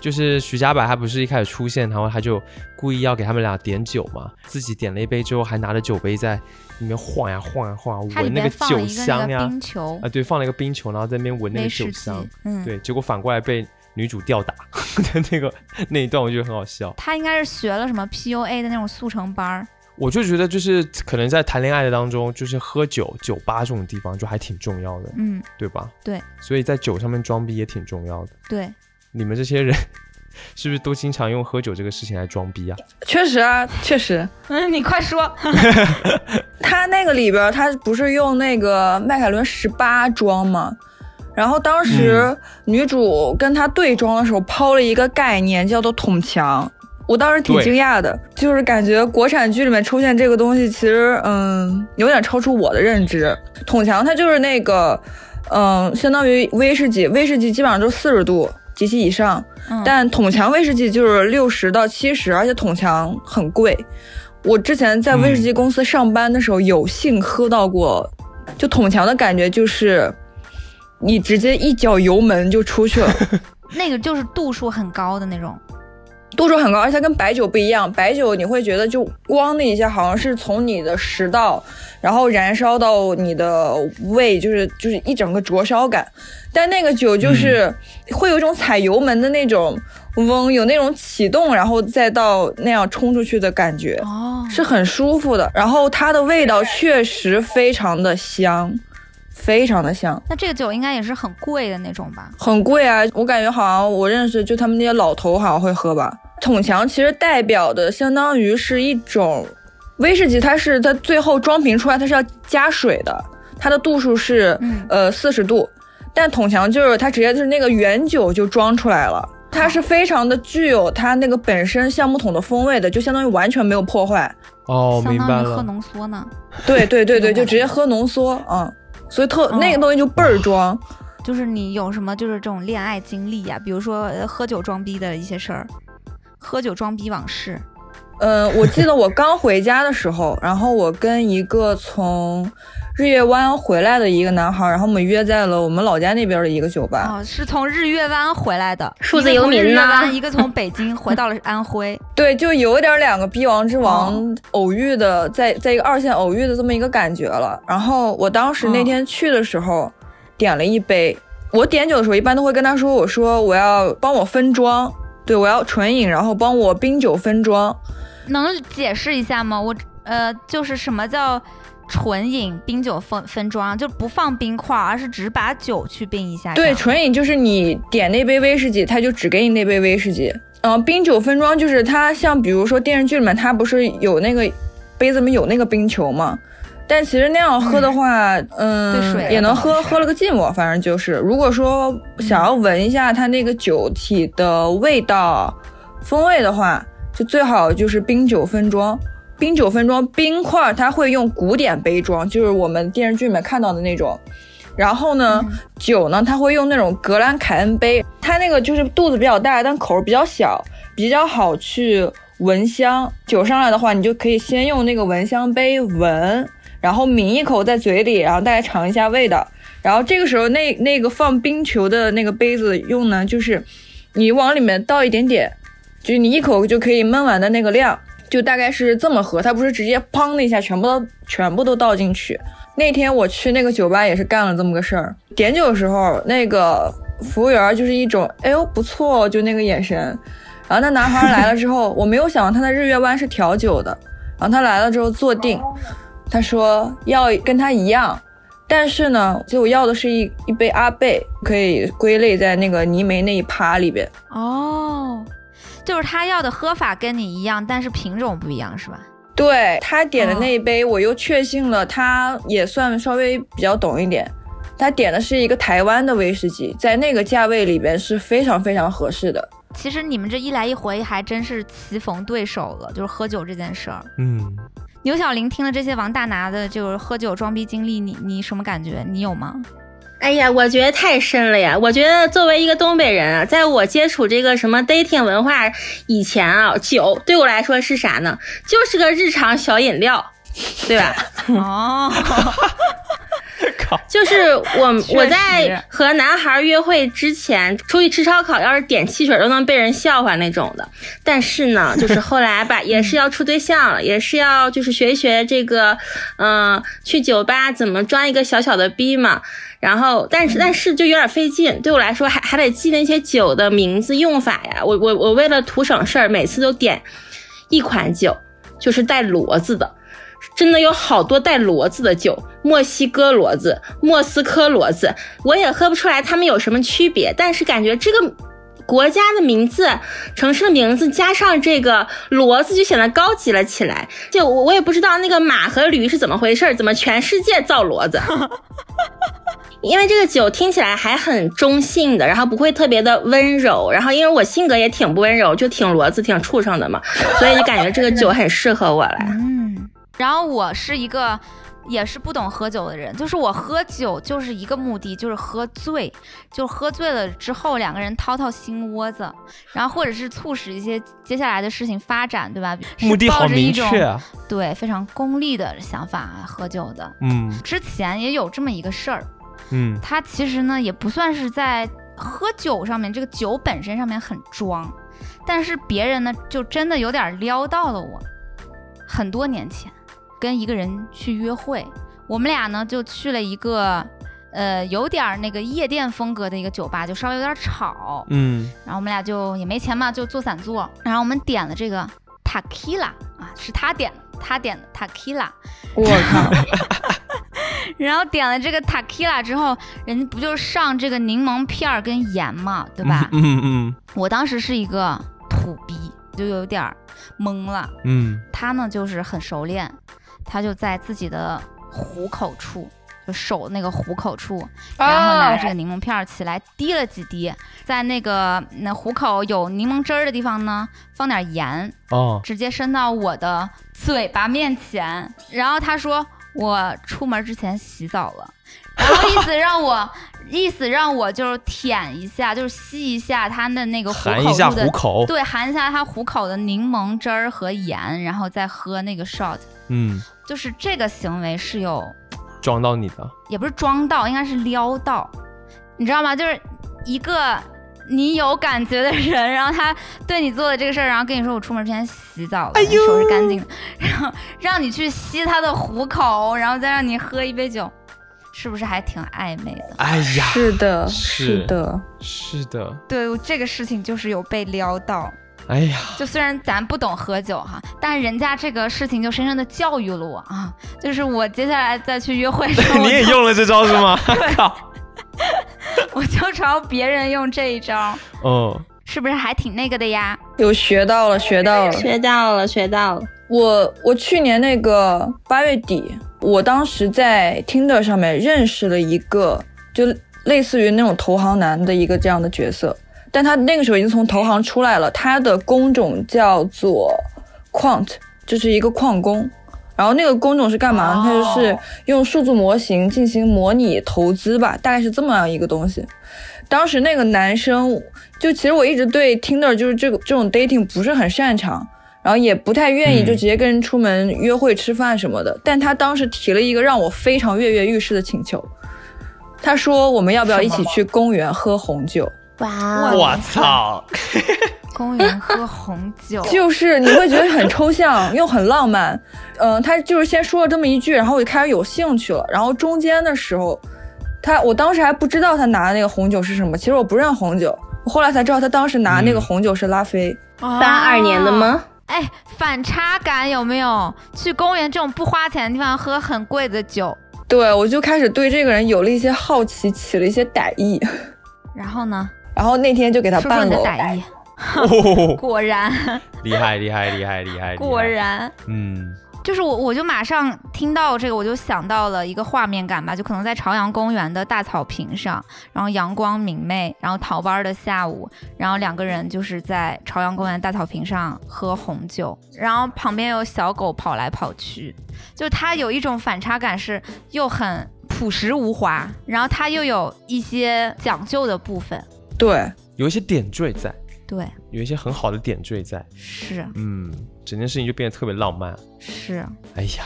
[SPEAKER 3] 就是徐家柏，他不是一开始出现，然后他就故意要给他们俩点酒嘛，自己点了一杯之后，还拿着酒杯在里面晃呀晃呀晃呀，
[SPEAKER 2] 它里
[SPEAKER 3] 闻那
[SPEAKER 2] 面放了
[SPEAKER 3] 酒
[SPEAKER 2] 一个那
[SPEAKER 3] 香
[SPEAKER 2] 个
[SPEAKER 3] 呀，
[SPEAKER 2] 冰球
[SPEAKER 3] 啊，对，放了一个冰球，然后在那边闻那
[SPEAKER 2] 威
[SPEAKER 3] 个
[SPEAKER 2] 士
[SPEAKER 3] 酒
[SPEAKER 2] 忌
[SPEAKER 3] 香，，
[SPEAKER 2] 嗯，
[SPEAKER 3] 对，结果反过来被女主吊打 的那个那一段，我觉得很好笑。
[SPEAKER 2] 他应该是学了什么 PUA 的那种速成班儿，
[SPEAKER 3] 我就觉得就是可能在谈恋爱的当中，就是喝酒、酒吧这种地方就还挺重要的，
[SPEAKER 2] 嗯，
[SPEAKER 3] 对吧？
[SPEAKER 2] 对，
[SPEAKER 3] 所以在酒上面装逼也挺重要的。
[SPEAKER 2] 对，
[SPEAKER 3] 你们这些人 是不是都经常用喝酒这个事情来装逼啊？
[SPEAKER 4] 确实啊，确实。
[SPEAKER 2] 嗯，你快说，
[SPEAKER 4] 他那个里边儿，他不是用那个迈凯伦十八装吗？然后当
[SPEAKER 3] 嗯
[SPEAKER 4] 时女主跟他对装的时候，抛了一个概念叫做“捅墙”，我当时挺
[SPEAKER 3] 对
[SPEAKER 4] 惊讶的，就是感觉国产剧里面出现这个东西，其实嗯有点超出我的认知。捅墙它就是那个，嗯，相当于威士忌，威士忌基本上都四十度及其以上，
[SPEAKER 2] 嗯，
[SPEAKER 4] 但桶强威士忌就是六十到七十，而且桶强很贵。我之前在威士忌公司上班的时候，有幸喝到过，就桶强的感觉就是，你直接一脚油门就出去了，
[SPEAKER 2] 那个就是度数很高的那种，
[SPEAKER 4] 度数很高，而且它跟白酒不一样，白酒你会觉得就咣的一下，好像是从你的食道，然后燃烧到你的胃，就是就是一整个灼烧感。但那个酒就是会有一种踩油门的那种嗡，有那种启动，然后再到那样冲出去的感觉，
[SPEAKER 2] 哦，
[SPEAKER 4] 是很舒服的。然后它的味道确实非常的香，非常的香。
[SPEAKER 2] 那这个酒应该也是很贵的那种吧？
[SPEAKER 4] 很贵啊，我感觉好像我认识就他们那些老头好像会喝吧。桶强其实代表的相当于是一种威士忌，它是它最后装瓶出来它是要加水的，它的度 数是、
[SPEAKER 2] 嗯
[SPEAKER 4] 呃四十度，但桶强就是它直接就是那个原酒就装出来了。它是非常的具有它那个本身橡木桶的风味的，就相当于完全没有破坏。
[SPEAKER 3] 哦，
[SPEAKER 2] 相
[SPEAKER 3] 明白
[SPEAKER 2] 当于喝
[SPEAKER 3] 了。
[SPEAKER 2] 浓缩呢，
[SPEAKER 4] 对对对对，
[SPEAKER 2] 明白
[SPEAKER 4] 就直接喝浓缩啊、嗯，所以特、
[SPEAKER 2] 哦
[SPEAKER 4] 那个东西就倍儿装。
[SPEAKER 2] 就是你有什么就是这种恋爱经历呀、比如说呃喝酒装逼的一些事儿，喝酒装逼往事，
[SPEAKER 4] 嗯，我记得我刚回家的时候，然后我跟一个从日月湾回来的一个男孩，然后我们约在了我们老家那边的一个酒吧。
[SPEAKER 2] 哦，是从日月湾回来的，
[SPEAKER 1] 数字游
[SPEAKER 2] 一个从日
[SPEAKER 1] 民呢
[SPEAKER 2] 月湾一个从北京回到了安徽。
[SPEAKER 4] 对，就有点两个逼王之王偶遇的，在在一个二线偶遇的这么一个感觉了。然后我当时那天去的时候，点了一杯。我点酒的时候，一般都会跟他说：“我说我要帮我分装，对我要纯饮，然后帮我冰酒分装。
[SPEAKER 2] 能解释一下吗？我呃，就是什么叫纯饮冰酒分分装，就不放冰块，而是只把酒去冰一下。
[SPEAKER 4] 对，纯饮就是你点那杯威士忌，他就只给你那杯威士忌。嗯、冰酒分装就是它像比如说电视剧里面，它不是有那个杯子里面有那个冰球嘛？但其实那样喝的话，嗯，
[SPEAKER 2] 兑水啊
[SPEAKER 4] 也能喝，
[SPEAKER 2] 倒是
[SPEAKER 4] 喝了个寂寞。反正就是，如果说想要闻一下它那个酒体的味道、风味的话，就最好就是冰酒分装。冰酒分装冰块儿它会用古典杯装，就是我们电视剧里面看到的那种。然后呢，酒呢，它会用那种格兰凯恩杯，它那个就是肚子比较大，但口儿比较小，比较好去闻香。酒上来的话，你就可以先用那个闻香杯闻，然后抿一口在嘴里，然后大家尝一下味道。然后这个时候那，那个放冰球的那个杯子用呢，就是你往里面倒一点点，就是你一口就可以闷完的那个量，就大概是这么喝。它不是直接砰的一下全部都全部都倒进去。那天我去那个酒吧也是干了这么个事儿。点酒的时候，那个服务员就是一种哎呦不错哦，就那个眼神。然后那男孩来了之后，我没有想到他在日月湾是调酒的。然后他来了之后坐定，他说要跟他一样，但是呢，就我要的是一一杯阿贝，可以归类在那个泥煤那一趴里边。
[SPEAKER 2] 哦，就是他要的喝法跟你一样，但是品种不一样，是吧？
[SPEAKER 4] 对他点的那一杯，我又确信了，他也算稍微比较懂一点。他点的是一个台湾的威士忌，在那个价位里边是非常非常合适的。
[SPEAKER 2] 其实你们这一来一回还真是棋逢对手了，就是喝酒这件事儿。
[SPEAKER 3] 嗯，
[SPEAKER 2] 牛小玲听了这些王大拿的就是喝酒装逼经历，你你什么感觉？你有吗？
[SPEAKER 1] 哎呀，我觉得太深了呀！我觉得作为一个东北人啊，在我接触这个什么 dating 文化以前啊，酒对我来说是啥呢？就是个日常小饮料，对吧？
[SPEAKER 2] 哦，
[SPEAKER 1] 就是我
[SPEAKER 2] 确实
[SPEAKER 1] 我在和男孩约会之前，出去吃烧烤，要是点汽水都能被人笑话那种的。但是呢，就是后 来吧，也
[SPEAKER 2] 嗯
[SPEAKER 1] 是要处对象了，也是要就是学一学这个，嗯、去酒吧怎么装一个小小的逼嘛。然后，但
[SPEAKER 2] 嗯
[SPEAKER 1] 是但是就有点费劲，对我来说还还得记那些酒的名字用法呀。我我我为了图省事儿，每次都点一款酒，就是带骡子的。真的有好多带骡子的酒，墨西哥骡子、莫斯科骡子，我也喝不出来它们有什么区别，但是感觉这个。国家的名字、城市的名字加上这个骡子，就显得高级了起来。就我我也不知道那个马和驴是怎么回事儿，怎么全世界造骡子？ 因为这个酒听起来还很中性的，然后不会特别的温柔，然后因为我性格也挺不温柔，就挺骡子、挺畜生的嘛，所以就感觉这个酒很适合我来。
[SPEAKER 2] 嗯，然后我是一个也是不懂喝酒的人，就是我喝酒就是一个目的，就是喝醉，就是喝醉了之后两个人掏掏心窝子，然后或者是促使一些接下来的事情发展，对吧？是
[SPEAKER 3] 目的
[SPEAKER 2] 抱
[SPEAKER 3] 好
[SPEAKER 2] 着一
[SPEAKER 3] 明
[SPEAKER 2] 种
[SPEAKER 3] 确，啊。
[SPEAKER 2] 对，非常功利的想法啊喝酒的。
[SPEAKER 3] 嗯
[SPEAKER 2] 之前也有这么一个事儿，
[SPEAKER 3] 嗯，
[SPEAKER 2] 他其实呢也不算是在喝酒上面，这个酒本身上面很装，但是别人呢就真的有点撩到了我。很多年前跟一个人去约会，我们俩呢就去了一个呃有点儿那个夜店风格的一个酒吧，就稍微有点吵。
[SPEAKER 3] 嗯，
[SPEAKER 2] 然后我们俩就也没钱嘛，就坐散座。然后我们点了这个塔 q 拉啊，是他点的，他点的塔 q 拉。
[SPEAKER 4] 我靠！
[SPEAKER 2] 然后点了这个塔 q 拉之后，人家不就上这个柠檬片儿跟盐嘛，对吧？
[SPEAKER 3] 嗯嗯
[SPEAKER 2] 我当时是一个土逼，就有点儿懵了。
[SPEAKER 3] 嗯
[SPEAKER 2] 他呢就是很熟练，他就在自己的虎口处，就手那个虎口处，然后拿这个柠檬片儿起来滴了几滴，在那个那虎口有柠檬汁儿的地方呢，放点盐，
[SPEAKER 3] 嗯，哦，
[SPEAKER 2] 直接伸到我的嘴巴面前。然后他说我出门之前洗澡了，然后意思让我，意思让我就是舔一下，就是吸一下他的那个虎口
[SPEAKER 3] 含一下
[SPEAKER 2] 入的
[SPEAKER 3] 虎口，
[SPEAKER 2] 对，含一下他虎口的柠檬汁儿和盐，然后再喝那个 shot，
[SPEAKER 3] 嗯，
[SPEAKER 2] 就是这个行为是有，
[SPEAKER 3] 撞到你的，
[SPEAKER 2] 也不是装到，应该是撩到，你知道吗？就是一个你有感觉的人，然后他对你做的这个事儿，然后跟你说我出门之前洗澡了，手是干净的，然后让你去吸他的虎口，然后再让你喝一杯酒，是不是还挺暧昧的？
[SPEAKER 3] 哎呀，
[SPEAKER 4] 是的，
[SPEAKER 3] 是
[SPEAKER 4] 是的，
[SPEAKER 3] 是的，
[SPEAKER 2] 对，我这个事情就是有被撩到。
[SPEAKER 3] 哎呀，
[SPEAKER 2] 就虽然咱不懂喝酒哈，但是人家这个事情就深深的教育了我啊，就是我接下来再去约会的时候，
[SPEAKER 3] 你也 用了这招是吗？靠，
[SPEAKER 2] 我就，我就朝别人用这一招，
[SPEAKER 3] 嗯，
[SPEAKER 2] 是不是还挺那个的呀？
[SPEAKER 4] 有学到了，学到 了。
[SPEAKER 1] 学到了，学到了。
[SPEAKER 4] 我我去年那个八月底，我当时在 Tinder 上面认识了一个，就类似于那种投行男的一个这样的角色，但他那个时候已经从投行出来了，他的工种叫做 quant，就是一个矿工。然后那个工种是干嘛？
[SPEAKER 2] 哦
[SPEAKER 4] 他就是用数字模型进行模拟投资吧，大概是这么样一个东西。当时那个男生，就其实我一直对 Tinder 就是这个这种 dating 不是很擅长，然后也不太愿意
[SPEAKER 3] 嗯
[SPEAKER 4] 就直接跟人出门约会、吃饭什么的。但他当时提了一个让我非常跃跃欲试的请求，他说我们要不要一起去公园喝红酒？
[SPEAKER 1] 哇
[SPEAKER 2] 哇哦
[SPEAKER 3] 我操，
[SPEAKER 2] 公园喝红酒，
[SPEAKER 4] 就是你会觉得很抽象又很浪漫。嗯、他就是先说了这么一句，然后我就开始有兴趣了。然后中间的时候，他我当时还不知道他拿的那个红酒是什么，其实我不认红酒。我后来才知道他当时拿那个
[SPEAKER 3] 嗯
[SPEAKER 4] 红酒是拉菲。
[SPEAKER 1] 八二年的
[SPEAKER 2] 啊？
[SPEAKER 1] 吗？
[SPEAKER 2] 哎，反差感有没有？去公园这种不花钱的地方喝很贵的酒，
[SPEAKER 4] 对我就开始对这个人有了一些好奇，起了一些歹意。
[SPEAKER 2] 然后呢？
[SPEAKER 4] 然后那天就给他
[SPEAKER 2] 说说
[SPEAKER 4] 办
[SPEAKER 2] 你的
[SPEAKER 4] 了。
[SPEAKER 2] 歹意，
[SPEAKER 3] 哦，
[SPEAKER 2] 果然，
[SPEAKER 3] 厉害厉害厉害厉害，厉害
[SPEAKER 2] 果，然。
[SPEAKER 3] 嗯，
[SPEAKER 2] 就是我，我就马上听到这个，我就想到了一个画面感吧，就可能在朝阳公园的大草坪上，然后阳光明媚，然后逃班的下午，然后两个人就是在朝阳公园大草坪上喝红酒，然后旁边有小狗跑来跑去，就它有一种反差感，是又很朴实无华，然后它又有一些讲究的部分，
[SPEAKER 4] 对，
[SPEAKER 3] 有一些点缀在，
[SPEAKER 2] 对，
[SPEAKER 3] 有一些很好的点缀在，
[SPEAKER 2] 是
[SPEAKER 3] 嗯，整件事情就变得特别浪漫，
[SPEAKER 2] 是，
[SPEAKER 3] 哎呀。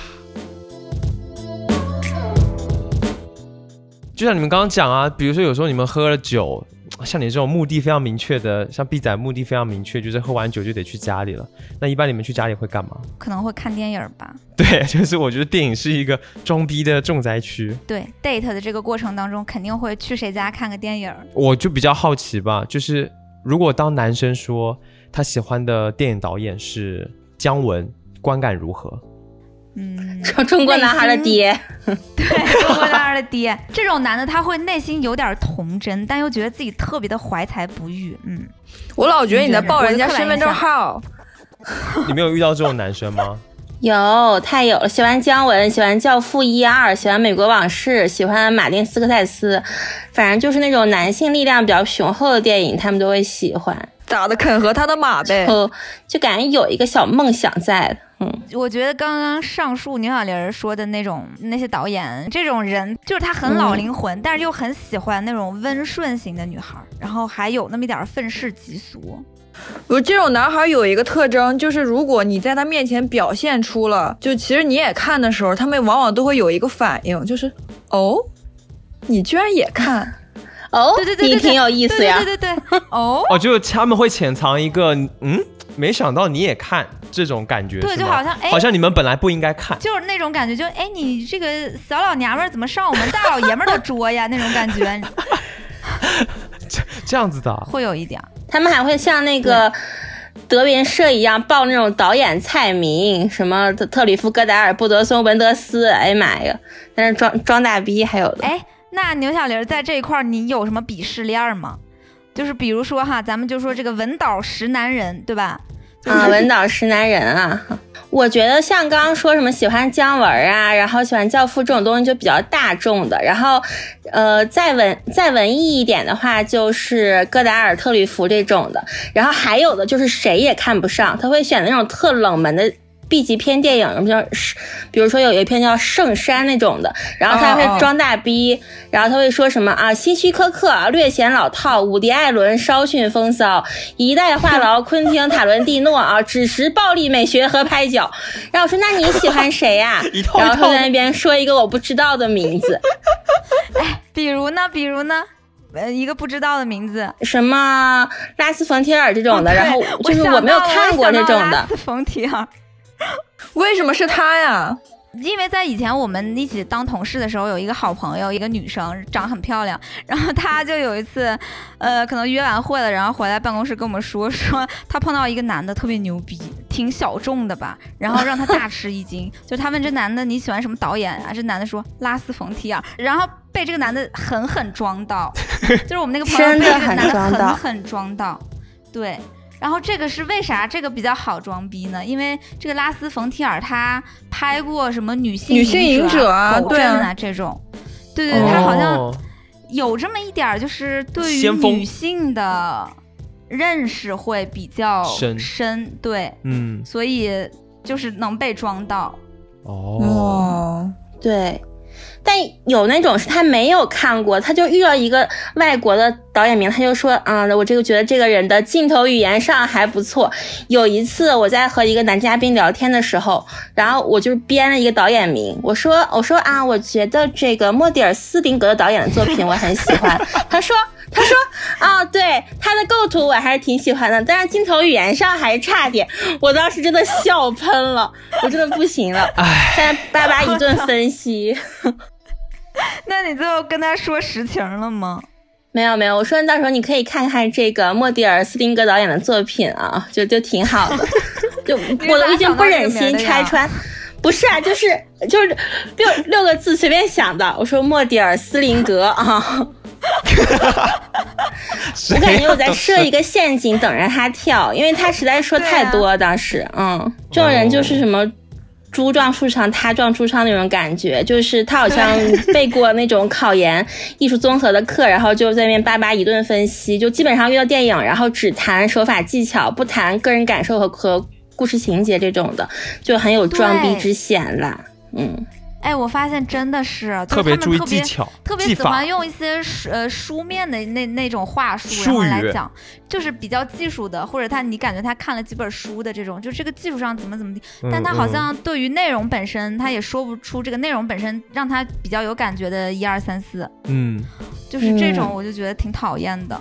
[SPEAKER 3] 就像你们刚刚讲啊，比如说有时候你们喝了酒，像你这种目的非常明确的，像 B 仔目的非常明确，就是喝完酒就得去家里了。那一般你们去家里会干嘛？
[SPEAKER 2] 可能会看电影吧，
[SPEAKER 3] 对，就是我觉得电影是一个装逼的重灾区。
[SPEAKER 2] 对，date 的这个过程当中，肯定会去谁家看个电影儿。
[SPEAKER 3] 我就比较好奇吧，就是如果当男生说他喜欢的电影导演是姜文，观感如 何？
[SPEAKER 2] 嗯，
[SPEAKER 1] 中国男孩的爹，
[SPEAKER 2] 对，中国男孩的爹，这种男的他会内心有点童真，但又觉得自己特别的怀才不遇。嗯，
[SPEAKER 4] 我老觉得你在报人家
[SPEAKER 2] 我就刻板
[SPEAKER 4] 身份证号。
[SPEAKER 3] 你们有遇到这种男生 吗？
[SPEAKER 1] 有太有了，喜欢姜文，喜欢《教父》一二，喜欢《美国往事》，喜欢马丁斯科塞斯，反正就是那种男性力量比较雄厚的电影，他们都会喜欢。
[SPEAKER 4] 咋的？肯和他的马呗
[SPEAKER 1] 然？
[SPEAKER 2] 嗯
[SPEAKER 1] 后就感觉有一个小梦想在的，嗯，
[SPEAKER 2] 我觉得刚刚上述牛小玲儿说的那种那些导演，这种人就是他很老灵魂，但是又很喜欢那种温顺型的女孩儿，然后还有那么一点儿愤世嫉俗。
[SPEAKER 4] 我这种男孩有一个特征，就是如果你在他面前表现出了，就其实你也看的时候，他们往往都会有一个反应，就是哦，你居然也看，
[SPEAKER 1] 哦，
[SPEAKER 2] 对对对对对
[SPEAKER 1] 你挺有意思呀，
[SPEAKER 2] 对对对对对， 哦。
[SPEAKER 3] 哦，就是他们会潜藏一个，嗯，没想到你也看这种感觉，
[SPEAKER 2] 对
[SPEAKER 3] 是
[SPEAKER 2] 就
[SPEAKER 3] 吗
[SPEAKER 2] 好像哎
[SPEAKER 3] 好像你们本来不应该看，
[SPEAKER 2] 就是那种感觉就，哎，你这个小老娘们儿怎么上我们大老 爷们儿的桌呀？那种感觉
[SPEAKER 3] 这样子的啊，
[SPEAKER 2] 会有一点儿。
[SPEAKER 1] 他们还会像那个德云社一样报那种导演菜名，什么特特里夫、戈达尔、布德松、文德斯，哎呀妈呀，在那装装大逼，还有的，
[SPEAKER 2] 哎，那牛小玲儿在这一块儿，你有什么鄙视链儿吗？就是比如说哈，咱们就说这个文导石男人，对吧？
[SPEAKER 1] 啊，文导石男人啊。我觉得像刚刚说什么喜欢姜文啊，然后喜欢《教父》这种东西就比较大众的，然后，呃，再文再文艺一点的话，就是戈达尔、特吕弗这种的，然后还有的就是谁也看不上，他会选那种特冷门的 B 级片电影，比较是，比如说有一片叫《圣山》那种的，然后他
[SPEAKER 4] 哦哦
[SPEAKER 1] 会装大逼然后他会说什么啊，希区柯克略显老套，伍迪·艾伦稍逊风骚，一代话痨昆汀·塔伦蒂诺啊，只识暴力美学和拍脚。然后我说那你喜欢谁 呀、
[SPEAKER 3] 一套一
[SPEAKER 1] 然后
[SPEAKER 3] 套
[SPEAKER 1] 他在那边说一个我不知道的名字，
[SPEAKER 2] 比如呢？比如呢？呃，一个不知道的名字，
[SPEAKER 1] 什么拉斯冯提尔这种的，
[SPEAKER 2] 哦对
[SPEAKER 1] 然后
[SPEAKER 2] 我
[SPEAKER 1] 就是
[SPEAKER 2] 想
[SPEAKER 1] 我没有
[SPEAKER 2] 到了
[SPEAKER 1] 看过这种。
[SPEAKER 2] 我想到了
[SPEAKER 1] 的
[SPEAKER 2] 拉。斯冯提尔，
[SPEAKER 4] 为什么是他呀？
[SPEAKER 2] 因为在以前我们一起当同事的时候，有一个好朋友，一个女生，长很漂亮。然后她就有一次，呃，可能约完会了，然后回来办公室跟我们说，说她碰到一个男的特别牛逼，挺小众的吧，然后让她大吃一惊。 就她问这男的你喜欢什么导演啊？这男的说拉斯冯提尔，然后被这个男的狠狠装到，就是我们那个朋友被
[SPEAKER 1] 真
[SPEAKER 2] 这
[SPEAKER 1] 的
[SPEAKER 2] 个
[SPEAKER 1] 很
[SPEAKER 2] 男的
[SPEAKER 1] 装
[SPEAKER 2] 狠
[SPEAKER 1] 到
[SPEAKER 2] 狠装到，对。然后这个是为啥？这个比较好装逼呢？因为这个拉斯冯提尔他拍过什么女性
[SPEAKER 4] 女性
[SPEAKER 2] 影
[SPEAKER 4] 影者啊
[SPEAKER 2] 啊、狗
[SPEAKER 4] 对
[SPEAKER 2] 镇
[SPEAKER 4] 啊
[SPEAKER 2] 啊这种，对对，
[SPEAKER 3] 哦
[SPEAKER 2] 对他好像有这么一点儿，就是对于
[SPEAKER 3] 先锋
[SPEAKER 2] 女性的认识会比较
[SPEAKER 3] 深
[SPEAKER 2] 深，对，
[SPEAKER 3] 嗯
[SPEAKER 2] 所以就是能被装到。
[SPEAKER 3] 哦，，
[SPEAKER 1] 对，但有那种是他没有看过，他就遇到一个外国的导演名，他就说，嗯，我这个觉得这个人的镜头语言上还不错。有一次我在和一个男嘉宾聊天的时候，然后我就编了一个导演名，我说，我说啊，我觉得这个莫蒂尔斯宾格的导演的作品我很喜欢。 他说。他说：“啊、对他的构图我还是挺喜欢的，但是镜头语言上还差点。我当时真的笑喷了，我真的不行了。但爸爸一顿分析，
[SPEAKER 2] 那你最后跟他说实情了吗？
[SPEAKER 1] 没有没有，我说到时候你可以看看这个莫蒂尔斯汀格导演的作品啊，就就挺好的，就我都已经不忍心拆穿。不是啊，就是就是六六个字随便想的。我说莫蒂尔斯林格啊，我感觉 我在设一个陷阱等着他跳，因为他实在
[SPEAKER 4] 啊
[SPEAKER 1] 说太多。当时，嗯，这种人
[SPEAKER 3] 哦
[SPEAKER 1] 就是什么猪撞树上，他撞树上那种感觉，就是他好像背过那种考研艺术综合的课，然后就在那边叭叭一顿分析，就基本上遇到电影，然后只谈手法技巧，不谈个人感受和和故事情节这种的，就很有装逼
[SPEAKER 2] 对
[SPEAKER 1] 之嫌啦。嗯，
[SPEAKER 2] 哎，我发现真的是，就是
[SPEAKER 3] 特别
[SPEAKER 2] 他们
[SPEAKER 3] 注意
[SPEAKER 2] 特
[SPEAKER 3] 技
[SPEAKER 2] 别
[SPEAKER 3] 巧、
[SPEAKER 2] 特别
[SPEAKER 3] 技
[SPEAKER 2] 喜
[SPEAKER 3] 法
[SPEAKER 2] 欢。用一些书呃书面的那那种话术，
[SPEAKER 3] 术
[SPEAKER 2] 然后
[SPEAKER 3] 语
[SPEAKER 2] 来讲，就是比较技术的，或者他你感觉他看了几本书的这种，就这个技术上怎么怎么地，
[SPEAKER 3] 嗯
[SPEAKER 2] 但他好
[SPEAKER 3] 嗯
[SPEAKER 2] 像对于内容本身，他也说不出这个内容本身让他比较有感觉的一二三四，
[SPEAKER 3] 嗯，
[SPEAKER 2] 就是这种
[SPEAKER 1] 嗯
[SPEAKER 2] 我就觉得挺讨厌的。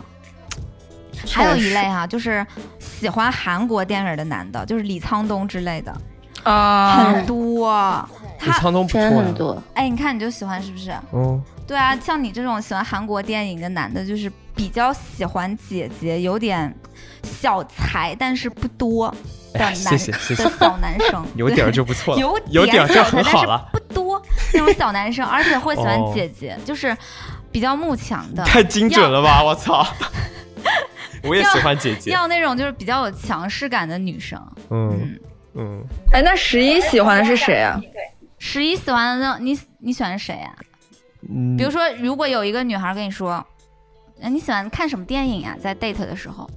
[SPEAKER 2] 还有一类哈、就是喜欢韩国电影的男的，就是李沧东之类的，
[SPEAKER 4] 啊，
[SPEAKER 2] 很多。
[SPEAKER 3] 李
[SPEAKER 2] 他
[SPEAKER 3] 沧东不错啊
[SPEAKER 1] 真
[SPEAKER 3] 呀
[SPEAKER 1] 很。多。
[SPEAKER 2] 哎，你看你就喜欢是不是？
[SPEAKER 3] 哦，
[SPEAKER 2] 对啊，像你这种喜欢韩国电影的男的，就是比较喜欢姐姐，有点小才，但是不多的
[SPEAKER 3] 哎呀
[SPEAKER 2] 男、
[SPEAKER 3] 谢谢谢谢
[SPEAKER 2] 的小男生
[SPEAKER 3] ，有点儿就不错
[SPEAKER 2] 对
[SPEAKER 3] 了，
[SPEAKER 2] 有
[SPEAKER 3] 有点儿就
[SPEAKER 2] 小
[SPEAKER 3] 很
[SPEAKER 2] 才，
[SPEAKER 3] 好
[SPEAKER 2] 但是
[SPEAKER 3] 了，
[SPEAKER 2] 不多那种小男生，而且会喜欢
[SPEAKER 3] 哦
[SPEAKER 2] 姐姐，就是比较慕强 的，
[SPEAKER 3] 太精准了吧！我操，我也喜欢姐姐。
[SPEAKER 2] 要那种就是比较有强势感的女生。
[SPEAKER 3] 嗯
[SPEAKER 2] 嗯，
[SPEAKER 3] 嗯，
[SPEAKER 4] 哎，那十一喜欢的是谁 啊？
[SPEAKER 2] 十一喜欢的那你你喜欢谁啊？
[SPEAKER 3] 嗯
[SPEAKER 2] 比如说，如果有一个女孩跟你说，哎，你喜欢看什么电影啊？在 date 的时候，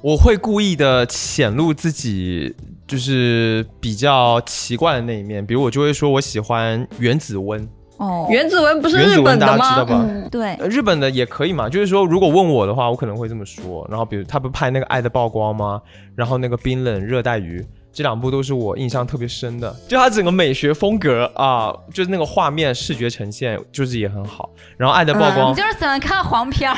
[SPEAKER 3] 我会故意的显露自己就是比较奇怪的那一面，比如我就会说我喜欢原子温，
[SPEAKER 2] 哦，
[SPEAKER 4] 袁子文不是
[SPEAKER 3] 原
[SPEAKER 4] 日
[SPEAKER 3] 子温
[SPEAKER 4] 本的
[SPEAKER 3] 大家知道
[SPEAKER 4] 吗？
[SPEAKER 3] 吧？
[SPEAKER 2] 对，
[SPEAKER 3] 呃日本的也可以嘛，就是说，如果问我的话，我可能会这么说。然后，比如他不拍那个《爱的曝光》吗？然后那个《冰冷热带鱼》这两部都是我印象特别深的，就它整个美学风格啊、就是那个画面视觉呈现，就是也很好。然后《爱的曝光
[SPEAKER 2] 你》就是喜欢看黄片儿。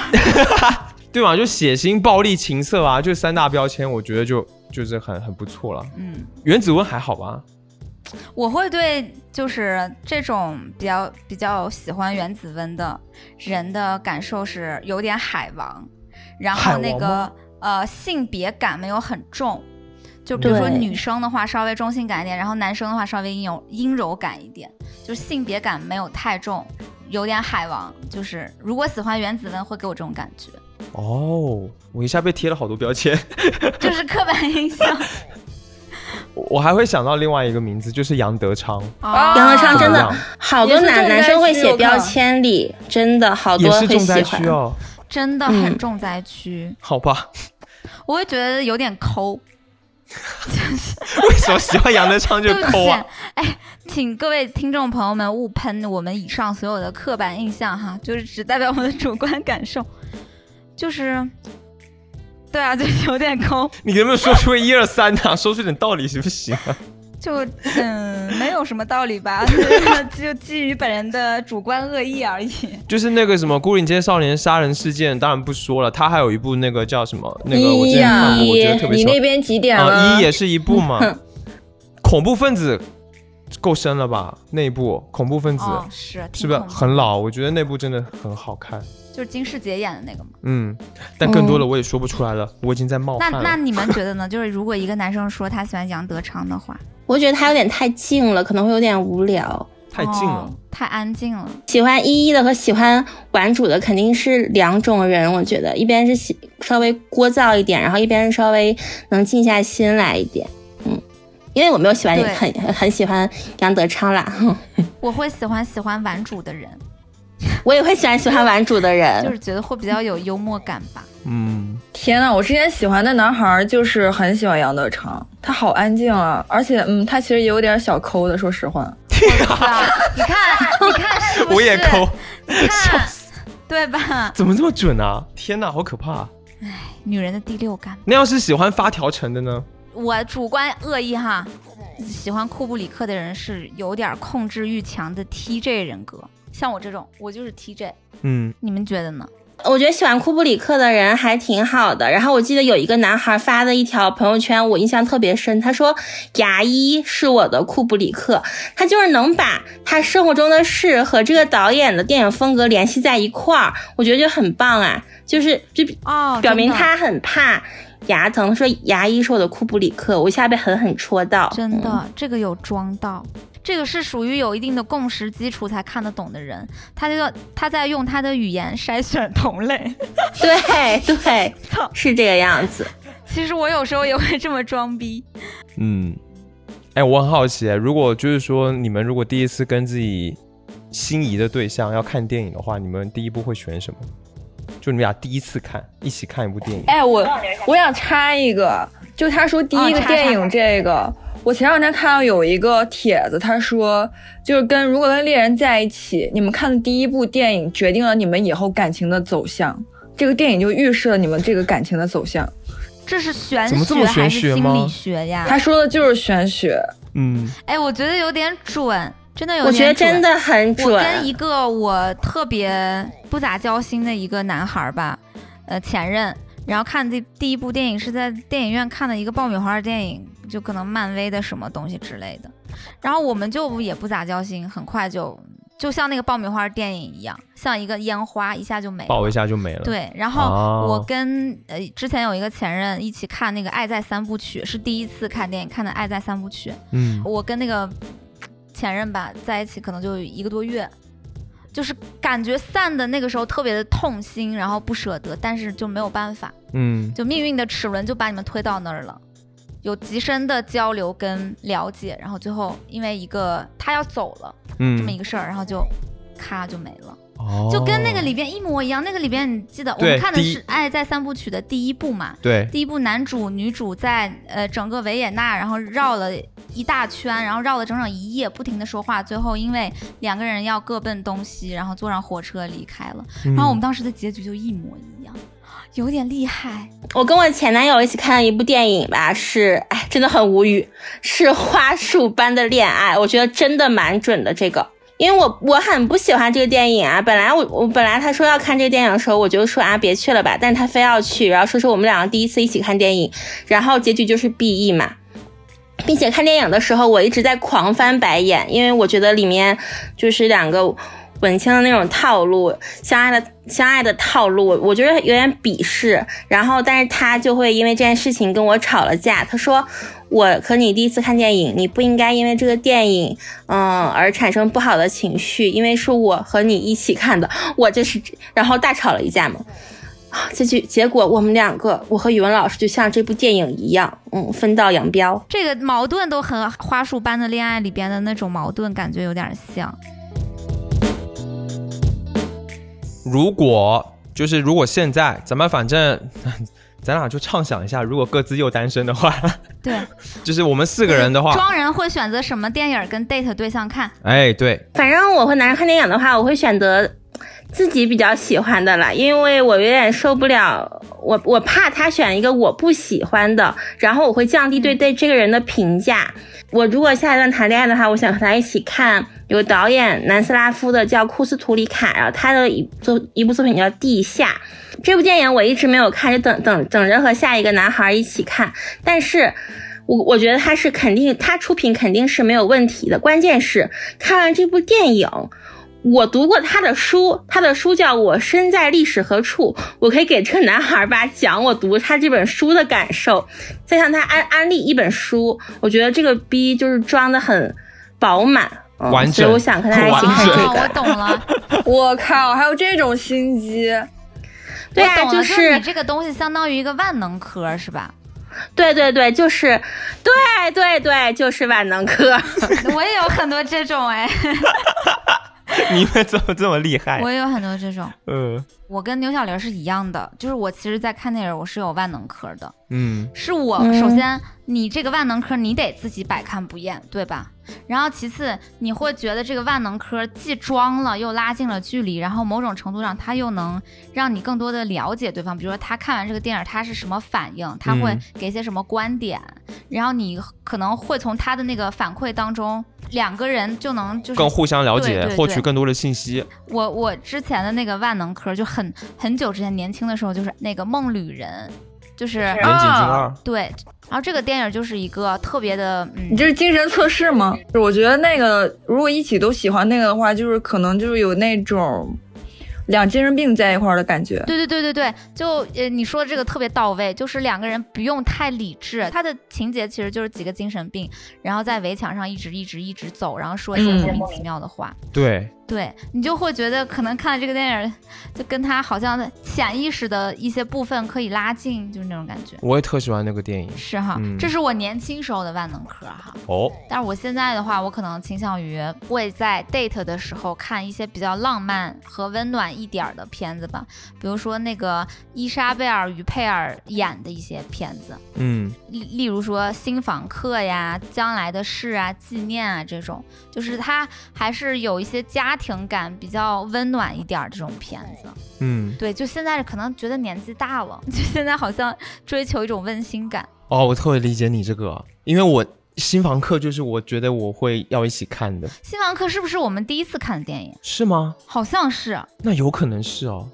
[SPEAKER 3] 对嘛，就血腥、暴力、情色啊，就三大标签，我觉得就就是很很不错了。
[SPEAKER 2] 嗯，
[SPEAKER 3] 原子温还好吧？
[SPEAKER 2] 我会对就是这种比较比较喜欢原子温的人的感受是有点海王，然后那
[SPEAKER 3] 海王
[SPEAKER 2] 个呃性别感没有很重，就比如说
[SPEAKER 1] 对
[SPEAKER 2] 女生的话稍微中性感一点，然后男生的话稍微阴柔阴柔感一点，就是性别感没有太重，有点海王。就是如果喜欢原子温会给我这种感觉，
[SPEAKER 3] 哦，我一下被贴了好多标签。
[SPEAKER 2] 就是刻板印 象。
[SPEAKER 3] 我我还会想到另外一个名字，就是杨德昌，
[SPEAKER 1] 杨德
[SPEAKER 2] 哦
[SPEAKER 1] 昌
[SPEAKER 3] 怎
[SPEAKER 1] 真
[SPEAKER 3] 么
[SPEAKER 1] 的
[SPEAKER 3] 样？
[SPEAKER 1] 好多
[SPEAKER 4] 也是重灾
[SPEAKER 1] 男
[SPEAKER 4] 区
[SPEAKER 1] 男生会
[SPEAKER 4] 我
[SPEAKER 1] 写
[SPEAKER 4] 看
[SPEAKER 1] 标签里，真的好
[SPEAKER 3] 也
[SPEAKER 1] 多
[SPEAKER 3] 是
[SPEAKER 1] 会
[SPEAKER 3] 重灾
[SPEAKER 1] 喜欢
[SPEAKER 3] 区。哦。
[SPEAKER 2] 真的
[SPEAKER 1] 嗯
[SPEAKER 2] 很重灾区。
[SPEAKER 3] 好吧，
[SPEAKER 2] 我会觉得有点抠，
[SPEAKER 3] 为什么喜欢杨德昌 就
[SPEAKER 2] 对不
[SPEAKER 3] 抠
[SPEAKER 2] 起
[SPEAKER 3] 啊？，
[SPEAKER 2] 哎，请各位听众朋友们勿喷我们以上所有的刻板印象哈，就是只代表我的主观感受，就是，对啊， 就是有点抠，
[SPEAKER 3] 你能不能说出个一二三呐？ 说出点道理行不行啊？
[SPEAKER 2] 就嗯，没有什么道理吧， 就是就基于本人的主观恶意而已。
[SPEAKER 3] 就是那个什么《孤岭街少年杀人事件》，当然不说了。他还有一部那个叫什么？那个我之前看过，我觉得特别
[SPEAKER 4] 你
[SPEAKER 3] 喜
[SPEAKER 4] 那边几点
[SPEAKER 3] 欢。
[SPEAKER 4] 了？
[SPEAKER 3] 啊，一也是一部嘛。 恐怖分子够深了吧？那一部恐怖分子、
[SPEAKER 2] 哦，是，
[SPEAKER 3] 是
[SPEAKER 2] 挺
[SPEAKER 3] 不是
[SPEAKER 2] 恐怖
[SPEAKER 3] 很老？我觉得那部真的很好看。
[SPEAKER 2] 就是金世杰演的那个嘛。
[SPEAKER 3] 嗯，但更多的我也说不出来了，我已经在冒
[SPEAKER 2] 那
[SPEAKER 3] 汗了。
[SPEAKER 2] 那你们觉得呢？就是如果一个男生说他喜欢杨德昌的话，
[SPEAKER 1] 我觉得他有点太静了，可能会有点无聊。
[SPEAKER 3] 太近了
[SPEAKER 2] 哦。，太安静了。
[SPEAKER 1] 喜欢依依的和喜欢玩主的肯定是两种人，我觉得一边是喜稍微聒噪一点，然后一边是稍微能静下心来一点。嗯，因为我没有喜欢
[SPEAKER 2] 对
[SPEAKER 1] 很很很喜欢杨德昌啦， 哼
[SPEAKER 2] 我会喜欢喜欢玩主的人，
[SPEAKER 1] 我也会喜欢喜欢玩主的人，
[SPEAKER 2] 就是觉得会比较有幽默感吧。
[SPEAKER 3] 嗯，
[SPEAKER 4] 天呐，我之前喜欢的男孩就是很喜欢杨德昌，他好安静啊，而且嗯，他其实也有点小抠的，说实话。
[SPEAKER 2] 是啊，你看，你看是不是？
[SPEAKER 3] 我也抠，
[SPEAKER 2] 你看，对吧？
[SPEAKER 3] 怎么这么准啊？天哪，好可怕、
[SPEAKER 2] 女人的第六感，
[SPEAKER 3] 那要是喜欢发条城的呢？
[SPEAKER 2] 我主观恶意哈，喜欢库布里克的人是有点控制欲强的 TJ 人格，像我这种，我就是 TJ。
[SPEAKER 3] 嗯，
[SPEAKER 2] 你们觉得呢？
[SPEAKER 1] 我觉得喜欢库布里克的人还挺好的。然后我记得有一个男孩发的一条朋友圈，我印象特别深。他说：“牙医是我的库布里克，他就是能把他生活中的事和这个导演的电影风格联系在一块儿，我觉得就很棒啊！就是就
[SPEAKER 2] 哦，
[SPEAKER 1] 表明
[SPEAKER 2] 真的
[SPEAKER 1] 他很怕牙疼。他说牙医是我的库布里克，我一下被狠狠戳到。
[SPEAKER 2] 真
[SPEAKER 1] 嗯
[SPEAKER 2] 的，这个有装到，这个是属于有一定的共识基础才看得懂的人，他就要他在用他的语言筛选同 类。
[SPEAKER 1] 对对
[SPEAKER 2] 操，
[SPEAKER 1] 是这个样子。
[SPEAKER 2] 其实我有时候也会这么装逼，
[SPEAKER 3] 嗯，哎，我很好奇，如果就是说你们如果第一次跟自己心仪的对象要看电影的话，你们第一部会选什么？就你们俩第一次看，一起看一部电影。
[SPEAKER 4] 哎，我
[SPEAKER 2] 哦
[SPEAKER 4] 我想插一个，就他说第一个
[SPEAKER 2] 哦插
[SPEAKER 4] 电
[SPEAKER 2] 插
[SPEAKER 4] 影这个，我前两天看到有一个帖子，他说就是跟如果跟恋人在一起，你们看的第一部电影决定了你们以后感情的走向，这个电影就预示了你们这个感情的走向。
[SPEAKER 2] 这是玄
[SPEAKER 3] 怎么这
[SPEAKER 2] 学
[SPEAKER 3] 么
[SPEAKER 2] 还
[SPEAKER 3] 玄
[SPEAKER 2] 是
[SPEAKER 3] 学
[SPEAKER 2] 心
[SPEAKER 3] 吗
[SPEAKER 2] 理学呀？
[SPEAKER 4] 他说的就是玄学，
[SPEAKER 3] 嗯，
[SPEAKER 2] 哎，我觉得有点准，真的有
[SPEAKER 1] 我
[SPEAKER 2] 点
[SPEAKER 1] 觉得真
[SPEAKER 2] 准。
[SPEAKER 1] 的很
[SPEAKER 2] 我
[SPEAKER 1] 准。
[SPEAKER 2] 跟一个我特别不咋交心的一个男孩儿吧，呃，前任，然后看的第一部电影是在电影院看的一个爆米花电影，就可能漫威的什么东西之类的，然后我们就也不咋交心，很快就就像那个爆米花电影一样，像一个烟花一下就没了
[SPEAKER 3] 抱。一下就没了。，
[SPEAKER 2] 对，然后
[SPEAKER 3] 哦
[SPEAKER 2] 我跟、呃之前有一个前任一起看那个《爱在三部曲》，是第一次看电影看的《爱在三部曲》，
[SPEAKER 3] 嗯，
[SPEAKER 2] 我跟那个前任吧在一起，可能就一个多月，就是感觉散的那个时候特别的痛心，然后不舍得，但是就没有办法，
[SPEAKER 3] 嗯，
[SPEAKER 2] 就命运的齿轮就把你们推到那儿了。有极深的交流跟了解，然后最后因为一个他要走了这么一
[SPEAKER 3] 嗯，
[SPEAKER 2] 个事儿，然后就咔就没了，
[SPEAKER 3] 哦
[SPEAKER 2] 就跟那个里边一模一样。那个里边你记得我们
[SPEAKER 3] 对
[SPEAKER 2] 看的
[SPEAKER 3] 第一
[SPEAKER 2] 是《爱在三部曲》的第一部嘛？
[SPEAKER 3] 对，
[SPEAKER 2] 第一部男主女主在呃整个维也纳，然后绕了一大圈，然后绕了整整一夜，不停的说话，最后因为两个人要各奔东西，然后坐上火车离开了。
[SPEAKER 3] 嗯
[SPEAKER 2] 然后我们当时的结局就一模一样，有点厉害。
[SPEAKER 1] 我跟我前男友一起看了一部电影吧，是哎，真的很无语，是《花束般的恋爱》，我觉得真的蛮准的这个。因为我我很不喜欢这个电影啊，本来我我本来他说要看这个电影的时候，我就说啊别去了吧，但是他非要去，然后说是我们两个第一次一起看电影，然后结局就是 B E 嘛，并且看电影的时候我一直在狂翻白眼，因为我觉得里面就是两个文青的那种套路，相爱的相爱的套路，我我觉得有点鄙视。然后，但是他就会因为这件事情跟我吵了架。他说：“我和你第一次看电影，你不应该因为这个电影，嗯，而产生不好的情绪，因为是我和你一起看的。” 我这是，然后大吵了一架嘛。啊，这句结果我们两个，我和语文老师就像这部电影一样，嗯，分道扬镳。
[SPEAKER 2] 这个矛盾都和《花束般的恋爱》里边的那种矛盾感觉有点像。
[SPEAKER 3] 如果就是如果现在咱们反正 咱俩就畅想一下，如果各自又单身的话，
[SPEAKER 2] 对，
[SPEAKER 3] 就是我们四个人的话，
[SPEAKER 2] 装人会选择什么电影跟 date 对象看？
[SPEAKER 3] 哎，对，
[SPEAKER 1] 反正我会男人看电影的话，我会选择自己比较喜欢的啦，因为我有点受不了，我我怕他选一个我不喜欢的，然后我会降低对对这个人的评价。我如果下一段谈恋爱的话，我想和他一起看有导演南斯拉夫的叫库斯图里卡，然后他的一作一部作品叫《地下》。这部电影我一直没有看，就等等等着和下一个男孩一起看。但是，我我觉得他是肯定，他出品肯定是没有问题的。关键是看完这部电影，我读过他的书，他的书叫《我身在历史何处》，我可以给这个男孩吧讲我读他这本书的感受，再向他安安利一本书。我觉得这个逼就是装的很饱满。嗯
[SPEAKER 3] 完
[SPEAKER 1] 所
[SPEAKER 3] 整
[SPEAKER 1] 以我想和他一
[SPEAKER 3] 完
[SPEAKER 1] 起
[SPEAKER 3] 整
[SPEAKER 1] 看这
[SPEAKER 2] 哦，
[SPEAKER 1] 个
[SPEAKER 2] 我。懂 了，
[SPEAKER 4] 我靠，还有这种心机，
[SPEAKER 1] 对
[SPEAKER 2] 我
[SPEAKER 1] 啊，
[SPEAKER 2] 懂了，
[SPEAKER 1] 是
[SPEAKER 2] 你这个东西相当于一个万能科是吧？
[SPEAKER 1] 对对对，就是，对对对，就是万能科。
[SPEAKER 2] 我也有很多这种哎，
[SPEAKER 3] 你们怎么这么厉害
[SPEAKER 2] 我？也有很多这种。
[SPEAKER 3] 嗯
[SPEAKER 2] 我跟牛小玲是一样的，就是我其实，在看电影我是有万能科的，
[SPEAKER 3] 嗯，
[SPEAKER 2] 是我、
[SPEAKER 1] 嗯
[SPEAKER 2] 首先你这个万能科你得自己百看不厌，对吧？然后其次你会觉得这个万能科既装了又拉近了距离，然后某种程度上它又能让你更多的了解对方，比如说他看完这个电影他是什么反应，他会
[SPEAKER 3] 嗯
[SPEAKER 2] 给一些什么观点，然后你可能会从他的那个反馈当中，两个人就能就是
[SPEAKER 3] 更互相了解，
[SPEAKER 2] 对对对哦
[SPEAKER 3] 获取更多的信息。
[SPEAKER 2] 我我之前的那个万能科就很很久之前年轻的时候就是那个梦旅人，就是
[SPEAKER 4] 啊
[SPEAKER 3] 岩井俊二，
[SPEAKER 2] 对，然后这个电影就是一个特别的嗯
[SPEAKER 4] 你。这是精神测试吗？我觉得那个如果一起都喜欢那个的话，就是可能就是有那种两精神病在一块儿的感觉。
[SPEAKER 2] 对对对对对，就呃你说的这个特别到位，就是两个人不用太理智，他的情节其实就是几个精神病，然后在围墙上一直一直一直走，然后说一些
[SPEAKER 4] 嗯
[SPEAKER 2] 莫名其妙的话，
[SPEAKER 3] 对，
[SPEAKER 2] 对你就会觉得可能看了这个电影，就跟他好像潜意识的一些部分可以拉近，就是那种感觉。
[SPEAKER 3] 我也特喜欢那个电影。
[SPEAKER 2] 是哈，
[SPEAKER 3] 嗯
[SPEAKER 2] 这是我年轻时候的万能科哈。
[SPEAKER 3] 哦，
[SPEAKER 2] 但是我现在的话，我可能倾向于会在 date 的时候看一些比较浪漫和温暖一点儿的片子吧，比如说那个伊莎贝尔·于佩尔演的一些片子，
[SPEAKER 3] 嗯，
[SPEAKER 2] 例例如说《新房客》呀、《将来的事》啊、《纪念啊》这种，就是它还是有一些家庭感比较温暖一点儿这种片子。
[SPEAKER 3] 嗯，
[SPEAKER 2] 对，就现在可能觉得年纪大了， 就现在好像追求一种温馨感。
[SPEAKER 3] 哦，我特别理解你这个，因为我新房客就是我觉得我会要一起看的，
[SPEAKER 2] 《新房客》是不是我们第一次看的电影？
[SPEAKER 3] 是吗？
[SPEAKER 2] 好像是，
[SPEAKER 3] 那有可能是哦。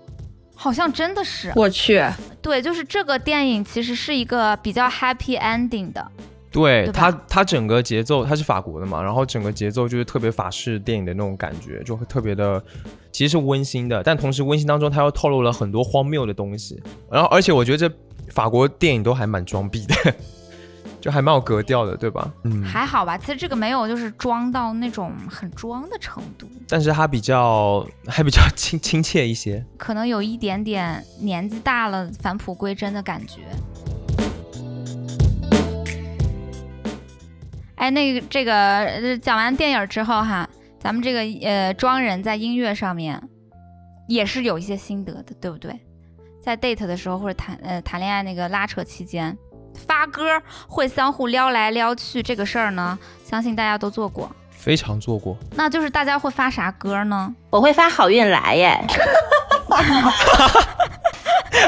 [SPEAKER 2] 好像真的是。
[SPEAKER 4] 我去，
[SPEAKER 2] 对，就是这个电影其实是一个比较 happy ending 的。
[SPEAKER 3] 对
[SPEAKER 2] 对吧
[SPEAKER 3] 它，它整个节奏，它是法国的嘛，然后整个节奏就是特别法式电影的那种感觉，就会特别的，其实是温馨的，但同时温馨当中它又透露了很多荒谬的东西。然后，而且我觉得这法国电影都还蛮装逼的， 就还蛮有格调的，对吧？嗯，
[SPEAKER 2] 还好吧，其实这个没有就是装到那种很装的程度，
[SPEAKER 3] 但是它比较还比较亲亲切一些。
[SPEAKER 2] 可能有一点点年纪大了返璞归真的感觉。哎，那个这个呃讲完电影之后哈，咱们这个呃装人在音乐上面也是有一些心得的，对不对？在 date 的时候或者谈呃谈恋爱那个拉扯期间，发歌会相互撩来撩去这个事儿呢，相信大家都做过。
[SPEAKER 3] 非常做过，
[SPEAKER 2] 那就是大家会发啥歌呢？
[SPEAKER 1] 我会发好运来耶。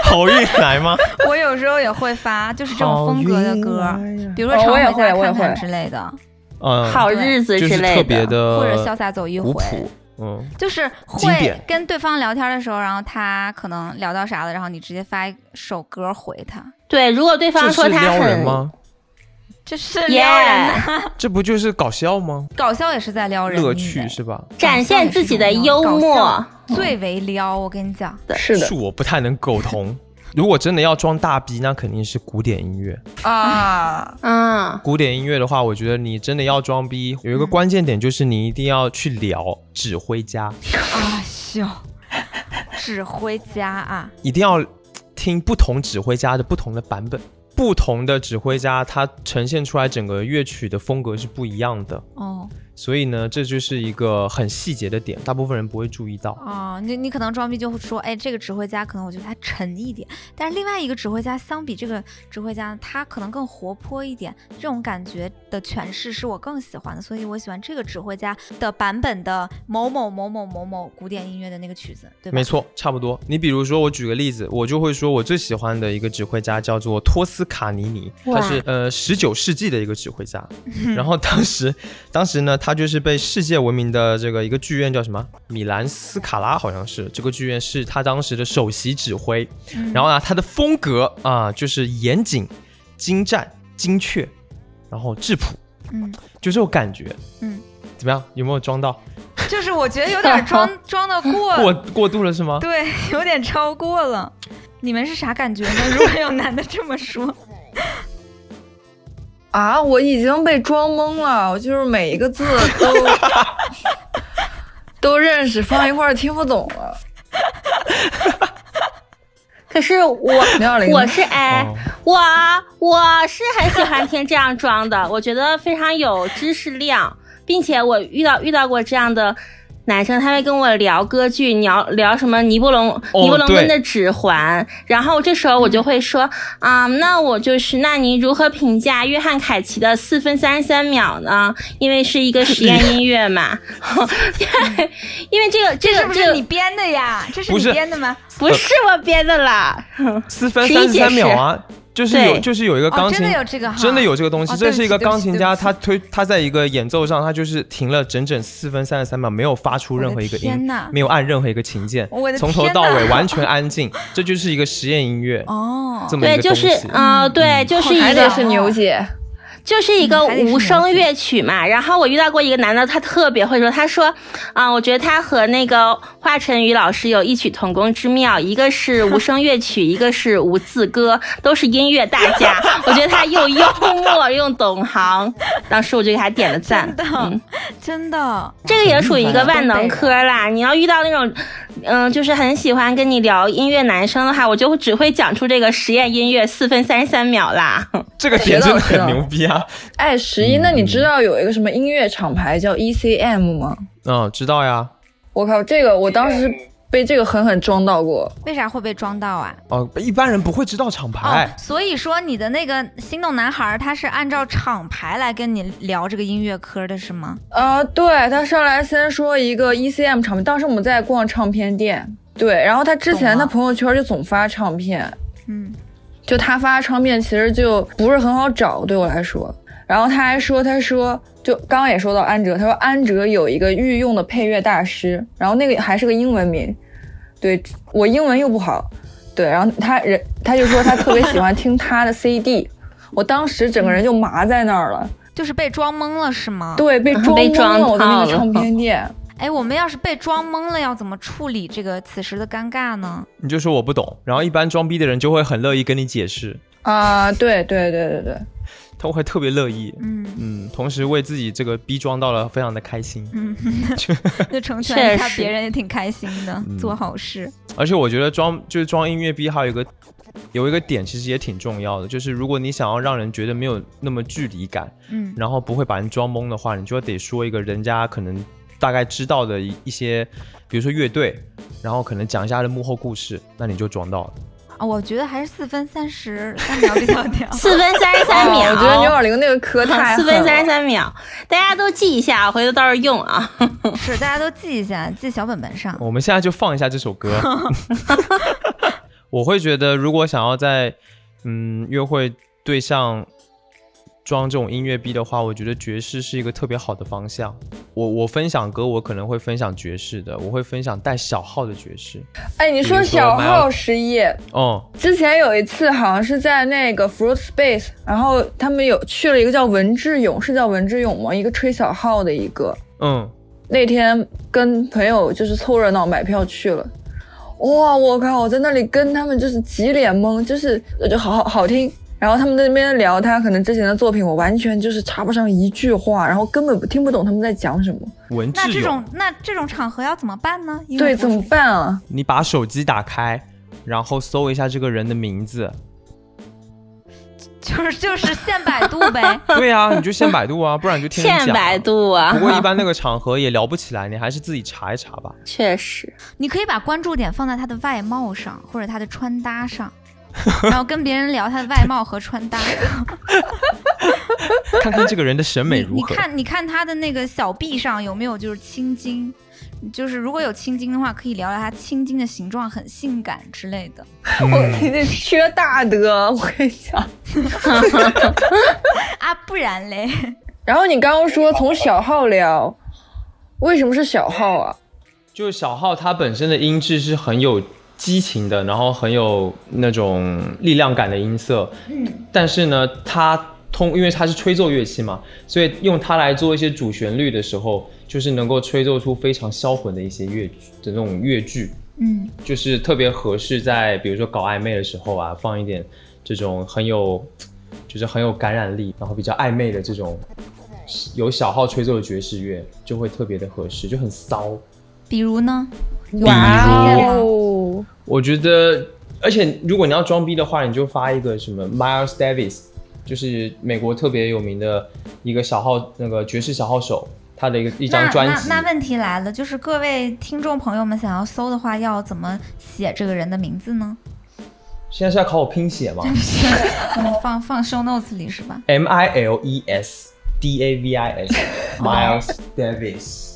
[SPEAKER 3] 好运来吗？
[SPEAKER 2] 我有时候也会发，就是这种风格的
[SPEAKER 3] 啊
[SPEAKER 2] 歌，比如说
[SPEAKER 4] 哦
[SPEAKER 2] 常
[SPEAKER 4] 我也
[SPEAKER 2] 回家
[SPEAKER 4] 会我也
[SPEAKER 2] 看看
[SPEAKER 4] 会
[SPEAKER 2] 之类的，
[SPEAKER 3] 嗯，
[SPEAKER 1] 好日子
[SPEAKER 3] 就
[SPEAKER 1] 之
[SPEAKER 3] 是
[SPEAKER 1] 类
[SPEAKER 3] 特别的，
[SPEAKER 2] 或者潇洒走一
[SPEAKER 3] 呃古
[SPEAKER 2] 回，
[SPEAKER 3] 朴，嗯，
[SPEAKER 2] 就是
[SPEAKER 3] 经
[SPEAKER 2] 会
[SPEAKER 3] 典
[SPEAKER 2] 跟对方聊天的时候，然后他可能聊到啥了，然后你直接发一首歌回他，
[SPEAKER 1] 对，如果对
[SPEAKER 3] 这
[SPEAKER 1] 方
[SPEAKER 3] 是
[SPEAKER 1] 说他
[SPEAKER 3] 撩人
[SPEAKER 1] 很
[SPEAKER 3] 吗？
[SPEAKER 2] 这是
[SPEAKER 1] 耶
[SPEAKER 2] 撩人的，
[SPEAKER 3] 这不就是搞笑吗？
[SPEAKER 2] 搞笑也是在撩人，
[SPEAKER 3] 乐
[SPEAKER 2] 你以
[SPEAKER 3] 趣
[SPEAKER 2] 为
[SPEAKER 3] 是吧？
[SPEAKER 1] 展现自己的幽
[SPEAKER 2] 搞
[SPEAKER 1] 默，嗯
[SPEAKER 2] 最为撩，我跟你讲，
[SPEAKER 4] 是
[SPEAKER 3] 是我不太能苟同。 如果真的要装大逼，那肯定是古典音乐。
[SPEAKER 4] 啊，
[SPEAKER 1] 嗯，
[SPEAKER 3] 古典音乐的话，我觉得你真的要装逼，有一个关键点就是你一定要去聊指挥家，
[SPEAKER 2] 啊咻，指挥家啊，
[SPEAKER 3] 一定要嘖听不同指挥家的不同的版本。不同的指挥家，他呈现出来整个乐曲的风格是不一样的。
[SPEAKER 2] 哦，
[SPEAKER 3] 所以呢，这就是一个很细节的点，大部分人不会注意到。
[SPEAKER 2] 哦，你你可能装逼就会说，哎，这个指挥家可能我觉得他沉一点，但是另外一个指挥家相比这个指挥家，他可能更活泼一点，这种感觉的诠释是我更喜欢的，所以我喜欢这个指挥家的版本的某某某某某某古典音乐的那个曲子，对吧？
[SPEAKER 3] 没错，差不多。你比如说，我举个例子，我就会说我最喜欢的一个指挥家叫做托斯卡尼尼，他
[SPEAKER 1] 哇
[SPEAKER 3] 是呃十九世纪的一个指挥家。
[SPEAKER 2] 嗯
[SPEAKER 3] 然后当时，当时呢，他就是被世界闻名的这个一个剧院叫什么米兰斯卡拉，好像是这个剧院是他当时的首席指挥。
[SPEAKER 2] 嗯
[SPEAKER 3] 然后呢，他的风格啊、就是严谨、精湛、精确，然后质朴，
[SPEAKER 2] 嗯，
[SPEAKER 3] 就这种感觉。
[SPEAKER 2] 嗯，
[SPEAKER 3] 怎么样？有没有装到？
[SPEAKER 2] 就是我觉得有点 装装的过，
[SPEAKER 3] 过过度了是吗？
[SPEAKER 2] 呃对，有点超过了。你们是啥感觉呢？如果有男的这么说，
[SPEAKER 4] 啊，我已经被装懵了，我就是每一个字都 都认识，放一块儿听不懂了。
[SPEAKER 1] 可是 我
[SPEAKER 4] 零二零，
[SPEAKER 1] 我是哎 A，、
[SPEAKER 3] 哦
[SPEAKER 1] 我我是很喜欢听这样装的，我觉得非常有知识量，并且我遇到遇到过这样的。男生他会跟我聊歌剧，聊聊什么尼伯龙、
[SPEAKER 3] 哦
[SPEAKER 1] 尼伯龙根
[SPEAKER 3] 对
[SPEAKER 1] 的指环，然后这时候我就会说，
[SPEAKER 3] 嗯
[SPEAKER 1] 啊、那我就是，那您如何评价约翰凯奇的四分三十三秒呢？因为是一个实验音乐嘛，
[SPEAKER 3] 哎
[SPEAKER 1] 因为因为这个这
[SPEAKER 2] 这
[SPEAKER 1] 个
[SPEAKER 2] 是不
[SPEAKER 1] 这
[SPEAKER 2] 是
[SPEAKER 1] 个
[SPEAKER 2] 你编的呀？这是
[SPEAKER 3] 不
[SPEAKER 2] 你
[SPEAKER 3] 是
[SPEAKER 2] 编的吗？
[SPEAKER 1] 不是我编的啦，
[SPEAKER 3] 四分
[SPEAKER 1] 十一
[SPEAKER 3] 三十
[SPEAKER 1] 节
[SPEAKER 3] 三秒
[SPEAKER 1] 式
[SPEAKER 3] 啊，就是有
[SPEAKER 1] 对
[SPEAKER 3] 就是有一个
[SPEAKER 2] 哦，
[SPEAKER 3] 钢琴
[SPEAKER 2] 真的有这个哈，
[SPEAKER 3] 真的有这个东西，
[SPEAKER 2] 哦
[SPEAKER 3] 这是一个
[SPEAKER 2] 对不
[SPEAKER 3] 钢
[SPEAKER 2] 起
[SPEAKER 3] 琴
[SPEAKER 2] 对不起
[SPEAKER 3] 家，
[SPEAKER 2] 对不起
[SPEAKER 3] 他推他在一个演奏上，他就是停了整整四分三十三秒，没有发出任何一个
[SPEAKER 2] 我的天
[SPEAKER 3] 音
[SPEAKER 2] 哪，
[SPEAKER 3] 没有按任何一个琴键
[SPEAKER 2] 我，的
[SPEAKER 3] 从头
[SPEAKER 2] 天
[SPEAKER 3] 到
[SPEAKER 2] 哪
[SPEAKER 3] 尾完全安静，这就是一个实验音乐，
[SPEAKER 2] 哦
[SPEAKER 3] 这么一
[SPEAKER 1] 对，
[SPEAKER 3] 个
[SPEAKER 1] 就
[SPEAKER 3] 东
[SPEAKER 1] 是
[SPEAKER 3] 西。嗯
[SPEAKER 1] 啊、对，就是
[SPEAKER 4] 还
[SPEAKER 1] 一
[SPEAKER 4] 得
[SPEAKER 1] 个
[SPEAKER 4] 是牛姐，
[SPEAKER 1] 就是一个
[SPEAKER 2] 嗯还得是
[SPEAKER 1] 无声乐曲嘛。然后我遇到过一个男的，他特别会说，他说，啊、我觉得他和那个华晨宇老师有异曲同工之妙，一个是 无声乐曲，一个是无字歌，都是音乐大 家。我觉得他又幽默又懂行，当时我就给他点了赞。
[SPEAKER 2] 真的
[SPEAKER 1] 嗯
[SPEAKER 2] 真的，
[SPEAKER 1] 这个也属于一个万能
[SPEAKER 2] 东
[SPEAKER 1] 科啦。你要遇到那种，嗯、就是很喜欢跟你聊音乐男生的话，我就只会讲出这个实验音乐四分三十三 秒啦。
[SPEAKER 3] 这个点真
[SPEAKER 4] 学到
[SPEAKER 3] 的
[SPEAKER 4] 了学
[SPEAKER 3] 很
[SPEAKER 4] 到了
[SPEAKER 3] 牛逼啊！
[SPEAKER 4] 哎，十一，那你知道有一个什么音乐厂牌叫 ECM 吗？
[SPEAKER 3] 嗯，知道呀。
[SPEAKER 4] 我靠，这个我当时被这个狠狠装到过。
[SPEAKER 2] 为啥会被装到啊？
[SPEAKER 3] 哦，一般人不会知道厂
[SPEAKER 4] 哎
[SPEAKER 2] 哦
[SPEAKER 3] 牌，，
[SPEAKER 2] 所以说你的那个心动男孩，他是按照厂牌来跟你聊这个音乐科的是吗？
[SPEAKER 4] 啊，对他上来先说一个 ECM 唱片，当时我们在逛唱片店，对，然后他之前
[SPEAKER 2] 懂了
[SPEAKER 4] 他朋友圈就总发唱片，
[SPEAKER 2] 嗯，
[SPEAKER 4] 就他发唱片其实就不是很好找，对我来说。然后他还说，他说就刚刚也说到安哲，他说安哲有一个御用的配乐大师，然后那个还是个英文名，对我英文又不好，对，然后他人他就说他特别喜欢听他的 CD，我当时整个人就麻在那儿了，
[SPEAKER 2] 就是被装懵了是吗？
[SPEAKER 4] 对， 被装
[SPEAKER 1] 被装
[SPEAKER 4] 懵了，我在那
[SPEAKER 1] 套
[SPEAKER 4] 个
[SPEAKER 1] 了
[SPEAKER 4] 唱片店。
[SPEAKER 2] 哎，我们要是被装懵了，要怎么处理这个此时的尴尬呢？
[SPEAKER 3] 你就说我不懂，然后一般装逼的人就会很乐意跟你解释，
[SPEAKER 4] 啊，对对对对对，
[SPEAKER 3] 他会特别乐意。
[SPEAKER 2] 嗯
[SPEAKER 3] 嗯，同时为自己这个逼装到了非常的开心。
[SPEAKER 2] 嗯， 就成全一下
[SPEAKER 1] 确实。
[SPEAKER 2] 别人也挺开心的，
[SPEAKER 3] 嗯
[SPEAKER 2] 做好事。
[SPEAKER 3] 而且我觉得装就是装音乐逼，还有一个有一个点其实也挺重要的，就是如果你想要让人觉得没有那么距离感，
[SPEAKER 2] 嗯，
[SPEAKER 3] 然后不会把人装懵的话，你就得说一个人家可能大概知道的一一些，比如说乐队，然后可能讲一下他的幕后故事，那你就装到了。
[SPEAKER 2] 啊我觉得还是四分三十三秒比较屌
[SPEAKER 1] 四分三十三
[SPEAKER 4] 哦
[SPEAKER 1] 秒，
[SPEAKER 4] 我觉得牛二零那个科太
[SPEAKER 1] 啊四分三十
[SPEAKER 4] 三，
[SPEAKER 1] 三秒，大家都记一下，回头到时候用啊。
[SPEAKER 4] 哦
[SPEAKER 2] 是，大家都记一下，记小本本上。
[SPEAKER 3] 我们现在就放一下这 首歌。我会觉得，如果想要在嗯约会对象装这种音乐逼的话，我觉得爵士是一个特别好的方向。我我分享歌，我可能会分享爵士的，我会分享带小号的爵士。
[SPEAKER 4] 哎，你说小
[SPEAKER 3] 比如说
[SPEAKER 4] 号十一，
[SPEAKER 3] 哦、
[SPEAKER 4] 之前有一次好像是在那个 Fruit Space，然后他们有去了一个叫文志勇，是叫文志勇吗？一个吹小号的一个，
[SPEAKER 3] 嗯，
[SPEAKER 4] 那天跟朋友就是凑热闹买票去了。哇，我靠！我在那里跟他们就是几脸懵，就是我就好好好听，然后他们在那边聊他可能之前的作品，我完全就是插不上一句话，然后根本不听不懂他们在讲什么。
[SPEAKER 3] 文
[SPEAKER 2] 那
[SPEAKER 3] 志
[SPEAKER 2] 这
[SPEAKER 3] 勇
[SPEAKER 2] 种，那这种场合要怎么办呢？因为
[SPEAKER 4] 对，
[SPEAKER 2] 我
[SPEAKER 4] 怎么
[SPEAKER 2] 是？
[SPEAKER 4] 办啊？
[SPEAKER 3] 你 把手机打开，然后搜一下这个人的名字，
[SPEAKER 2] 就就是就是现百度呗。
[SPEAKER 3] 对呀、你就现百度啊，不然你就听人
[SPEAKER 1] 欠
[SPEAKER 3] 讲。
[SPEAKER 1] 百度啊
[SPEAKER 3] 不，过一般那个场合也聊不起来，你还是自己查一查吧。
[SPEAKER 1] 确实，
[SPEAKER 2] 你可以把关注点放在他的外貌上，或者他的穿搭上，然后跟别人聊他的外貌和穿搭。
[SPEAKER 3] 看看这个人的审美
[SPEAKER 2] 你
[SPEAKER 3] 如
[SPEAKER 2] 你
[SPEAKER 3] 何。
[SPEAKER 2] 看，你看他的那个小臂上有没有就是青筋？就是如果有青筋的话，可以聊聊他青筋的形状很性感之类的。
[SPEAKER 4] 我你这缺大德，我跟你讲。
[SPEAKER 2] 啊，不然嘞，
[SPEAKER 4] 然后你刚刚说从小号聊，为什么是小号啊？
[SPEAKER 3] 就是小号他本身的音质是很有激情的，然后很有那种力量感的音色。嗯，但是呢，他通因为它是吹奏乐器嘛，所以用它来做一些主旋律的时候，就是能够吹奏出非常销魂的一些乐的那种乐句，
[SPEAKER 2] 嗯，
[SPEAKER 3] 就是特别合适在比如说搞暧昧的时候啊，放一点这种很有就是很有感染力，然后比较暧昧的这种。有小号吹奏的爵士乐就会特别的合适，就很骚。
[SPEAKER 2] 比如呢？
[SPEAKER 3] 哇
[SPEAKER 4] 哦，
[SPEAKER 3] 我觉得，而且如果你要装逼的话，你就发一个什么 Miles Davis，就是美国特别有名的一个小号那个爵士小号手，他的一个一张
[SPEAKER 2] 那
[SPEAKER 3] 专
[SPEAKER 2] 那
[SPEAKER 3] 辑。
[SPEAKER 2] 那问题来了，就是各位听众朋友们想要搜的话，要怎么写这个人的名字呢？
[SPEAKER 3] 现在是要考我拼写吗
[SPEAKER 2] 嗯放放 show notes 里是吧？
[SPEAKER 3] ？M I L E S D A V I S Miles Davis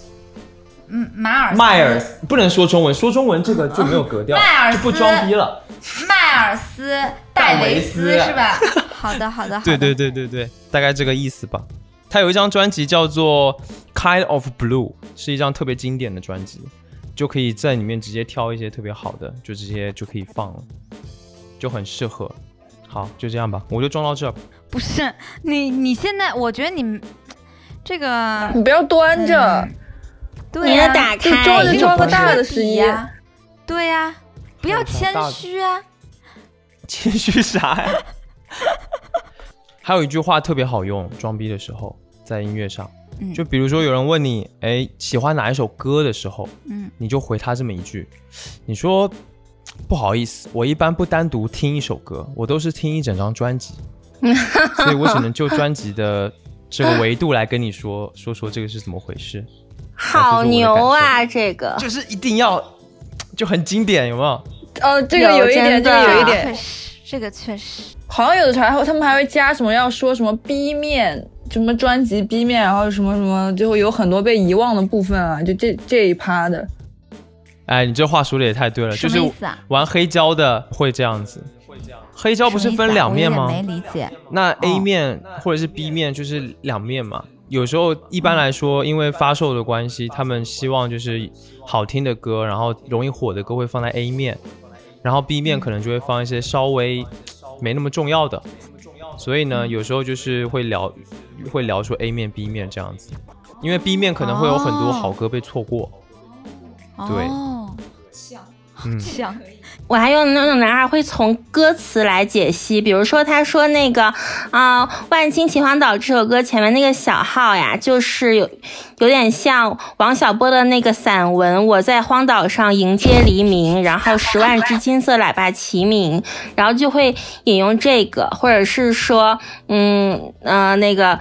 [SPEAKER 2] 嗯，马尔斯
[SPEAKER 3] 迈尔斯不能说中文，说中文这个就没有格调，
[SPEAKER 2] 迈尔斯
[SPEAKER 3] 就不装逼了。
[SPEAKER 2] 迈尔斯戴维斯
[SPEAKER 3] 戴维斯啊
[SPEAKER 2] 是吧？ 好的，好的，好的。
[SPEAKER 3] 对对对对对，大概这个意思吧。他有一张专辑叫做《Kind of Blue》，是一张特别经典的专辑，就可以在里面直接挑一些特别好的，就直接就可以放了，就很适合。好，就这样吧，我就装到这儿吧。
[SPEAKER 2] 不是你，你现在我觉得你这个
[SPEAKER 4] 你不要端着
[SPEAKER 2] 嗯，对
[SPEAKER 1] 你
[SPEAKER 2] 呀、
[SPEAKER 1] 要打
[SPEAKER 4] 就装
[SPEAKER 1] 开
[SPEAKER 4] 着
[SPEAKER 3] 一定
[SPEAKER 4] 装个
[SPEAKER 3] 不是
[SPEAKER 4] 大
[SPEAKER 2] 彻
[SPEAKER 1] 啊
[SPEAKER 4] 的
[SPEAKER 2] 底
[SPEAKER 4] 十一。
[SPEAKER 2] 呀，啊对呀、不要谦
[SPEAKER 3] 大的
[SPEAKER 2] 虚啊。
[SPEAKER 3] 谦虚啥呀？还有一句话特别好用，装逼的时候，在音乐上，
[SPEAKER 2] 嗯
[SPEAKER 3] 就比如说有人问你，哎，喜欢哪一首歌的时候，
[SPEAKER 2] 嗯，
[SPEAKER 3] 你就回他这么一句，你说不好意思，我一般不单独听一首歌，我都是听一整张专辑，所以我只能就专辑的这个维度来跟你说说说这个是怎么回事，
[SPEAKER 1] 好牛啊，这个
[SPEAKER 3] 就是一定要就很经典，有没有？
[SPEAKER 4] 呃，这个有一点，
[SPEAKER 1] 有真
[SPEAKER 4] 这
[SPEAKER 1] 的
[SPEAKER 4] 个有一
[SPEAKER 2] 啊确
[SPEAKER 4] 点，
[SPEAKER 2] 实，这个确实，
[SPEAKER 4] 好像有的还会他们还会加什么要说什么 B 面，什么专辑 B 面，然后什么什么，就会有很多被遗忘的部分啊，就这这一趴的。
[SPEAKER 3] 哎，你这话说的也太对了，就
[SPEAKER 2] 什
[SPEAKER 3] 是
[SPEAKER 2] 么意思啊
[SPEAKER 3] 玩黑胶的会这样子，黑胶不是分两面
[SPEAKER 2] 什
[SPEAKER 3] 吗？
[SPEAKER 2] 么意思啊我有点没理解。
[SPEAKER 3] 哦那 A 面或者是 B 面就是两面嘛。有时候一般来说，因为发售的关系，他们希望就是好听的歌，然后容易火的歌会放在 A 面，然后 B 面可能就会放一些稍微没那么重要的。所以呢，有时候就是会聊，会聊出 A 面、B 面这样子，因为 B 面可能会有很多好歌被错过。对
[SPEAKER 2] 哦，
[SPEAKER 3] 嗯
[SPEAKER 2] 像
[SPEAKER 1] 我还有那种男孩会从歌词来解析，比如说他说那个啊、万青秦皇岛》这首歌前面那个小号呀，就是有有点像王小波的那个散文《我在荒岛上迎接黎明》，然后十万只金色喇叭齐鸣，然后就会引用这个，或者是说，嗯呃那个。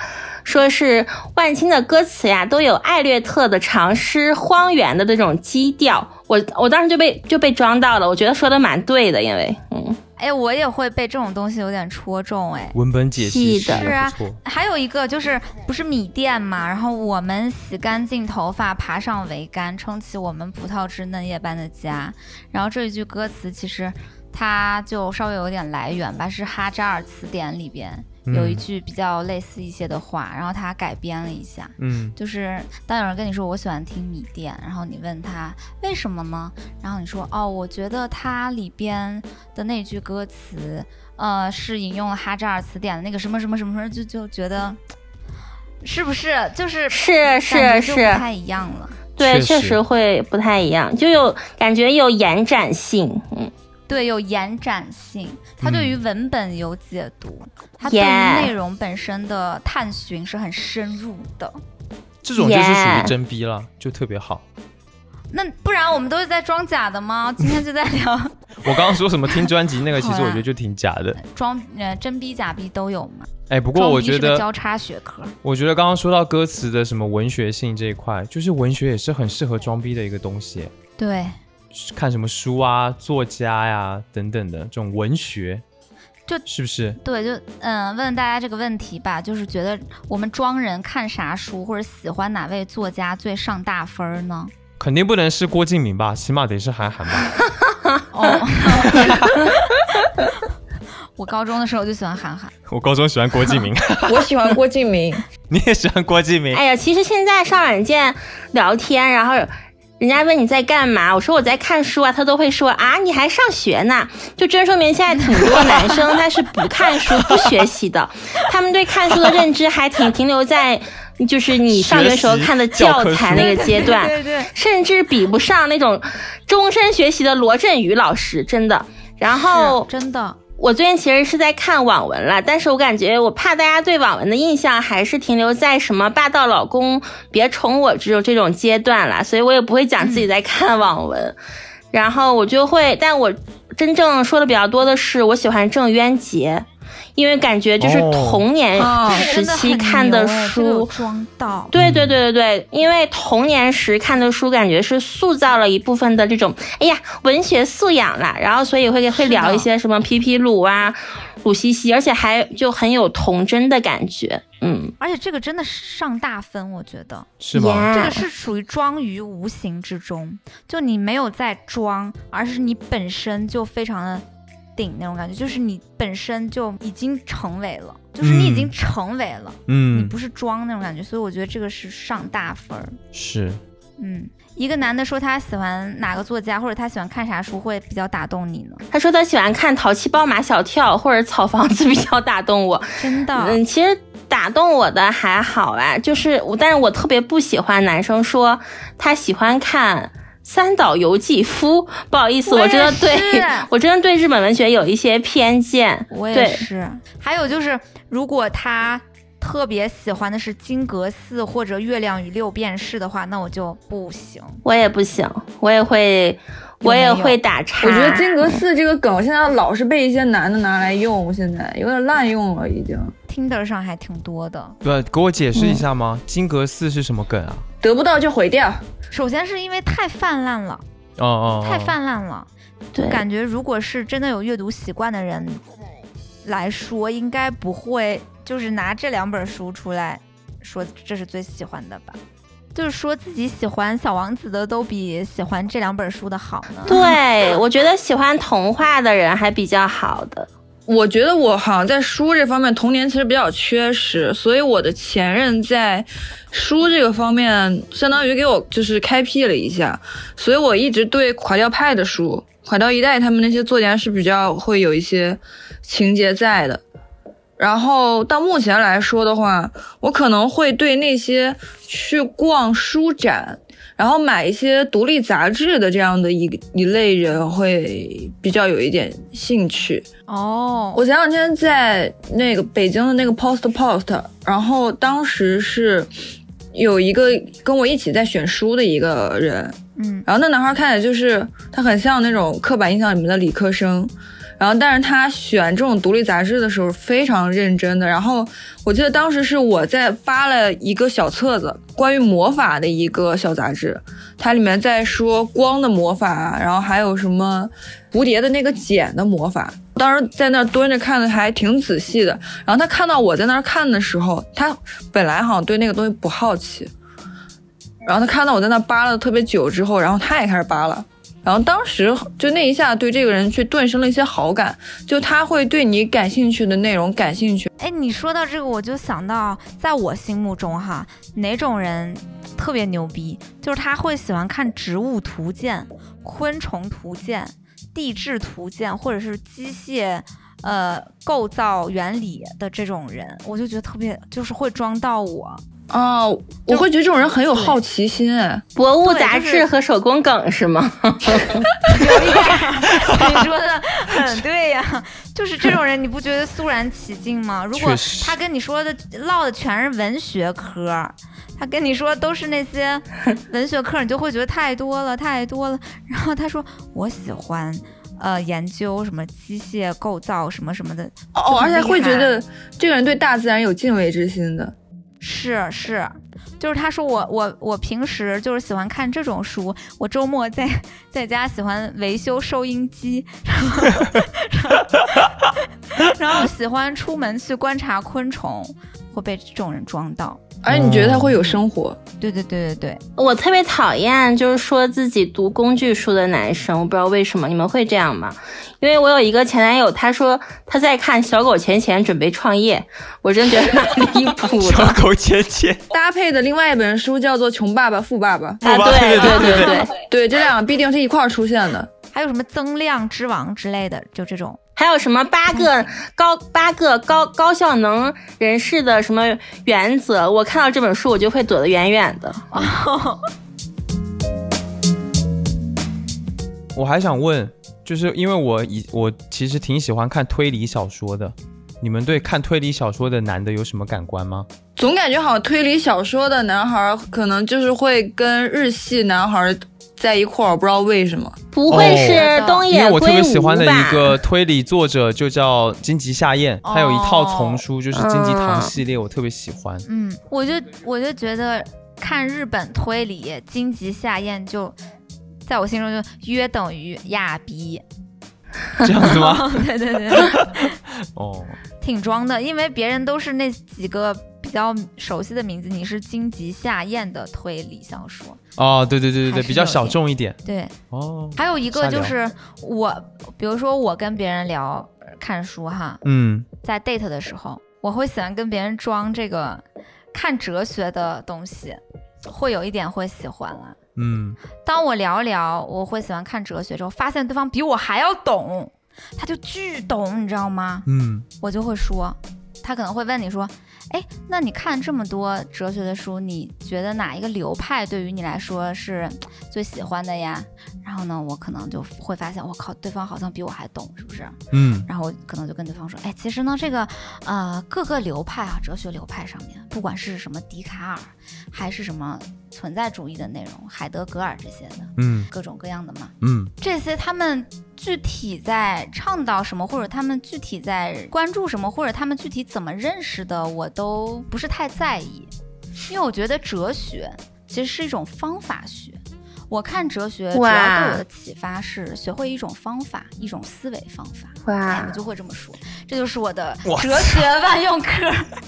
[SPEAKER 1] 说是万青的歌词呀，都有艾略特的长诗、荒原的这种基调。我我当时就被就被装到了，我觉得说的蛮对的，因为嗯，
[SPEAKER 2] 哎，我也会被这种东西有点戳中哎。
[SPEAKER 3] 文本解析
[SPEAKER 1] 是的
[SPEAKER 2] 是啊
[SPEAKER 3] 不错，
[SPEAKER 2] 还有一个就是不是米店嘛，然后我们洗干净头发，爬上桅杆，撑起我们葡萄枝嫩叶般的家。然后这一句歌词其实它就稍微有点来源吧，是哈扎尔词典里边
[SPEAKER 3] 嗯
[SPEAKER 2] 有一句比较类似一些的话，然后他改编了一下。
[SPEAKER 3] 嗯，
[SPEAKER 2] 就是当有人跟你说我喜欢听米店，然后你问他为什么呢？然后你说哦，我觉得它里边的那句歌词，呃，是引用了哈扎尔词典的那个什么什么什么什么，就就觉得是不是就是
[SPEAKER 1] 是是
[SPEAKER 2] 感觉就是不，太一样了。
[SPEAKER 1] 对，
[SPEAKER 3] 确
[SPEAKER 1] 确
[SPEAKER 3] 实
[SPEAKER 1] 实会不太一样，就有感觉有延展性，嗯，
[SPEAKER 2] 对，有延展性，它对于文本有解读，
[SPEAKER 1] 嗯
[SPEAKER 2] 它
[SPEAKER 1] Yeah
[SPEAKER 2] 对于内容本身的探寻是很深入的。
[SPEAKER 3] 这种就是属于
[SPEAKER 1] Yeah
[SPEAKER 3] 真逼了，就特别好。，
[SPEAKER 2] 那不然我们都是在装假的吗？今天就在聊
[SPEAKER 3] 我刚刚说什么听专辑那个，其实
[SPEAKER 2] 好啦
[SPEAKER 3] 我觉得就挺假的。
[SPEAKER 2] 装呃真逼假逼都有嘛。
[SPEAKER 3] 哎，不过
[SPEAKER 2] 装
[SPEAKER 3] 我
[SPEAKER 2] 逼
[SPEAKER 3] 觉
[SPEAKER 2] 是个
[SPEAKER 3] 得
[SPEAKER 2] 交叉学科，
[SPEAKER 3] 我觉得刚刚说到歌词的什么文学性这一块，就是文学也是很适合装逼的一个东西，
[SPEAKER 2] 对，
[SPEAKER 3] 看什么书啊、作家呀、等等的这种文学，
[SPEAKER 2] 就是
[SPEAKER 3] 不是？
[SPEAKER 2] 对，就嗯，问大家这个问题吧，就是觉得我们装人看啥书，或者喜欢哪位作家最上大分儿呢？
[SPEAKER 3] 肯定不能是郭敬明吧，起码得是韩寒 吧。
[SPEAKER 2] 哦， 我高中的时候就喜欢韩寒，
[SPEAKER 3] 我高中喜欢郭敬明，
[SPEAKER 4] 我喜欢郭敬 明，
[SPEAKER 3] 你也喜欢郭敬明？
[SPEAKER 1] 哎呀，其实现在上软件聊天，然后人家问你在干嘛，我说我在看书啊，他都会说啊，你还上学呢，就真说明现在挺多男生他是不看书、不学习的，他们对看书的认知还挺停留在就是你上学时候看的教材那个阶段，
[SPEAKER 2] 对对，
[SPEAKER 1] 甚至比不上那种终身学习的罗振宇老师，真的。然后
[SPEAKER 2] 是真的，
[SPEAKER 1] 我最近其实是在看网文了，但是我感觉我怕大家对网文的印象还是停留在什么霸道老公别宠我这种这种阶段啦，所以我也不会讲自己在看网文。然后我就会，但我真正说的比较多的是我喜欢郑渊洁，因为感觉就是
[SPEAKER 3] 哦
[SPEAKER 1] 童年
[SPEAKER 4] 哦
[SPEAKER 2] 这个
[SPEAKER 1] 时
[SPEAKER 2] 真的
[SPEAKER 1] 期
[SPEAKER 2] 很
[SPEAKER 1] 看
[SPEAKER 2] 牛
[SPEAKER 1] 的
[SPEAKER 2] 哎这个有
[SPEAKER 1] 书。
[SPEAKER 2] 装到，
[SPEAKER 1] 对对对对对，因为童年时看的书，感觉是塑造了一部分的这种，哎呀，文学素养啦，然后所以会
[SPEAKER 2] 是
[SPEAKER 1] 会
[SPEAKER 2] 的
[SPEAKER 1] 聊一些什么皮皮鲁啊、鲁西西，而且还就很有童真的感觉，嗯，
[SPEAKER 2] 而且这个真的是上大分，我觉得
[SPEAKER 3] 是吗？
[SPEAKER 1] Yeah
[SPEAKER 2] 这个是属于装于无形之中，就你没有在装，而是你本身就非常的顶那种感觉，就是你本身就已经成为了，就是你已经
[SPEAKER 3] 嗯
[SPEAKER 2] 成为了，你
[SPEAKER 3] 嗯，
[SPEAKER 2] 不是装那种感觉，所以我觉得这个是上大分儿。
[SPEAKER 3] 是
[SPEAKER 2] 嗯，一个男的说他喜欢哪个作家，或者他喜欢看啥书，会比较打动你呢？
[SPEAKER 1] 他说他喜欢看《淘气包马小跳》或者《草房子》比较打动我，
[SPEAKER 2] 真的，
[SPEAKER 1] 嗯，其实打动我的还好啊，就是我，但是我特别不喜欢男生说他喜欢看。三岛由纪夫，不好意思，
[SPEAKER 2] 我
[SPEAKER 1] 我真的
[SPEAKER 2] 也是
[SPEAKER 1] 对我真的对日本文学有一些偏见。
[SPEAKER 2] 我也
[SPEAKER 1] 对
[SPEAKER 2] 是。还有就是，如果他特别喜欢的是金阁寺或者《月亮与六便士》的话，那我就不行。
[SPEAKER 1] 我也不行，我也会，我也
[SPEAKER 2] 有没
[SPEAKER 1] 会
[SPEAKER 2] 有
[SPEAKER 1] 打叉。
[SPEAKER 4] 我觉得金阁寺这个梗，我现在老是被一些男的拿来用，我现在有点滥用了，已经
[SPEAKER 2] Tinder 上还挺多的。
[SPEAKER 3] 对，给我解释一下吗？金阁寺是什么梗啊？
[SPEAKER 4] 得不到就毁掉。
[SPEAKER 2] 首先是因为太泛滥了，
[SPEAKER 3] 哦哦，哦
[SPEAKER 2] 太泛滥了。
[SPEAKER 1] 对，
[SPEAKER 2] 感觉如果是真的有阅读习惯的人来说，应该不会就是拿这两本书出来说这是最喜欢的吧？就是说自己喜欢《小王子》的都比喜欢这两本书的好 呢？
[SPEAKER 1] 对，我觉得喜欢童话的人还比较好的。
[SPEAKER 4] 我觉得我好像在书这方面童年其实比较缺失，所以我的前任在书这个方面相当于给我就是开辟了一下，所以我一直对垮掉派的书、垮掉一代他们那些作家是比较会有一些情节在的。然后到目前来说的话，我可能会对那些去逛书展，然后买一些独立杂志的这样的一一类人会比较有一点兴趣。
[SPEAKER 2] 哦，
[SPEAKER 4] 我前两天在那个北京的那个 Post Post，然后当时是有一个跟我一起在选书的一个人，
[SPEAKER 2] 嗯，
[SPEAKER 4] 然后那男孩看起来就是他很像那种刻板印象里面的理科生，然后但是他选这种独立杂志的时候非常认真的。然后我记得当时是我在发了一个小册子，关于魔法的一个小杂志，它里面在说光的魔法，啊然后还有什么蝴蝶的那个茧的魔法。当时在那儿蹲着看的还挺仔细的，然后他看到我在那儿看的时候，他本来好像对那个东西不好奇，然后他看到我在那扒拉得特别久之后，然后他也开始扒拉。然后当时就那一下对这个人去顿生了一些好感，就他会对你感兴趣的内容感兴趣。
[SPEAKER 2] 哎，你说到这个，我就想到，在我心目中哈，哪种人特别牛逼？就是他会喜欢看植物图鉴、昆虫图鉴、地质图鉴，或者是机械呃构造原理的这种人，我就觉得特别就是会装到我。
[SPEAKER 4] 哦，我会觉得这种人很有好奇心哎。
[SPEAKER 1] 博物
[SPEAKER 2] 对
[SPEAKER 1] 杂
[SPEAKER 2] 就是
[SPEAKER 1] 志和手工梗是吗？
[SPEAKER 2] 你说的很对 呀，就是这种人，你不觉得肃然起敬吗？如果
[SPEAKER 3] 确实
[SPEAKER 2] 他跟你说的唠的全是文学科，他跟你说都是那 些文学科，你就会觉得太多了，太多了。然后他说我喜欢呃研究什么机械构造什么什么的，
[SPEAKER 4] 哦，
[SPEAKER 2] 就
[SPEAKER 4] 而
[SPEAKER 2] 很
[SPEAKER 4] 且
[SPEAKER 2] 厉
[SPEAKER 4] 会觉
[SPEAKER 2] 害
[SPEAKER 4] 得这个人对大自然有敬畏之心的。
[SPEAKER 2] 是是，就是他说我我我平时就是喜欢看这种书，我周末在在家喜欢维修收音机，然后然后喜欢出门去观察昆虫，会被这种人装到。
[SPEAKER 4] 而且你觉得他会有生活？
[SPEAKER 2] 对对对对对，
[SPEAKER 1] 我特别讨厌就是说自己读工具书的男生，我不知道为什么你们会这样吗？因为我有一个前男友，他说他在看《小狗钱钱》，准备创业，我真觉得蛮离谱
[SPEAKER 3] 小
[SPEAKER 1] 的。
[SPEAKER 3] 狗姐姐，
[SPEAKER 4] 搭配的另外一本书叫做《穷爸爸富爸爸》，
[SPEAKER 1] 啊，对对对对，
[SPEAKER 4] 对，这两个必定是一块儿出现的。
[SPEAKER 2] 还有什么增量之王之类的，就这种。
[SPEAKER 1] 还有什么八个高八个高高效能人士的什么原则？我看到这本书，我就会躲得远远的。
[SPEAKER 3] 我还想问，就是因为我以我其实挺喜欢看推理小说的，你们对看推理小说的男的有什么感官吗？
[SPEAKER 4] 总感觉好像推理小说的男孩儿可能就是会跟日系男孩儿在一块儿，我不知道为什么。
[SPEAKER 1] 不会是东
[SPEAKER 3] 哦因
[SPEAKER 1] 野
[SPEAKER 3] 为我特
[SPEAKER 1] 圭
[SPEAKER 3] 别喜
[SPEAKER 1] 吾吧？
[SPEAKER 3] 欢的一个推理作者就叫金吉夏彦，
[SPEAKER 2] 哦
[SPEAKER 3] 他有一套丛书，就是金吉堂系列，我特别喜欢。
[SPEAKER 2] 嗯，我就我就觉得看日本推理荆棘下咽就。在我心中就约等于亚逼，嗯
[SPEAKER 3] 这样 子吗？
[SPEAKER 2] 对对对，
[SPEAKER 3] 哦，
[SPEAKER 2] 挺装的，因为别人都是那几个比较熟悉的名字，你是荆棘下咽的推理小说。
[SPEAKER 3] 哦，对对对对
[SPEAKER 2] 还
[SPEAKER 3] 对，
[SPEAKER 2] 是
[SPEAKER 3] 比较
[SPEAKER 2] 有点
[SPEAKER 3] 小众一点。
[SPEAKER 2] 对，
[SPEAKER 3] 哦，
[SPEAKER 2] 还有一个
[SPEAKER 3] 瞎
[SPEAKER 2] 就
[SPEAKER 3] 聊
[SPEAKER 2] 是我，比如说我跟别人聊呃看书哈，
[SPEAKER 3] 嗯，
[SPEAKER 2] 在 date 的时候，我会喜欢跟别人装这个看哲学的东西，会有一点会喜欢了。
[SPEAKER 3] 嗯，
[SPEAKER 2] 当我聊聊，我会喜欢看哲学之后，发现对方比我还要懂，他就巨懂，你知道吗？
[SPEAKER 3] 嗯，
[SPEAKER 2] 我就会说，他可能会问你说，哎，那你看这么多哲学的书，你觉得哪一个流派对于你来说是最喜欢的呀？然后呢，我可能就会发现，我靠，对方好像比我还懂，是不是？
[SPEAKER 3] 嗯，
[SPEAKER 2] 然后我可能就跟对方说，哎，其实呢，这个呃各个流派啊，哲学流派上面，不管是什么笛卡尔，还是什么存在主义的内容，海德格尔这些的，
[SPEAKER 3] 嗯，
[SPEAKER 2] 各种各样的嘛，
[SPEAKER 3] 嗯，
[SPEAKER 2] 这些他们具体在倡导什么，或者他们具体在关注什么，或者他们具体怎么认识的，我都不是太在意，因为我觉得哲学其实是一种方法学。我看哲学主要
[SPEAKER 1] 哇
[SPEAKER 2] 对我的启发是学会一种方法，一种思维方法。哎，
[SPEAKER 1] 哇
[SPEAKER 2] 我，就会这么说，这就是我的
[SPEAKER 3] 哇
[SPEAKER 2] 哲学万用课。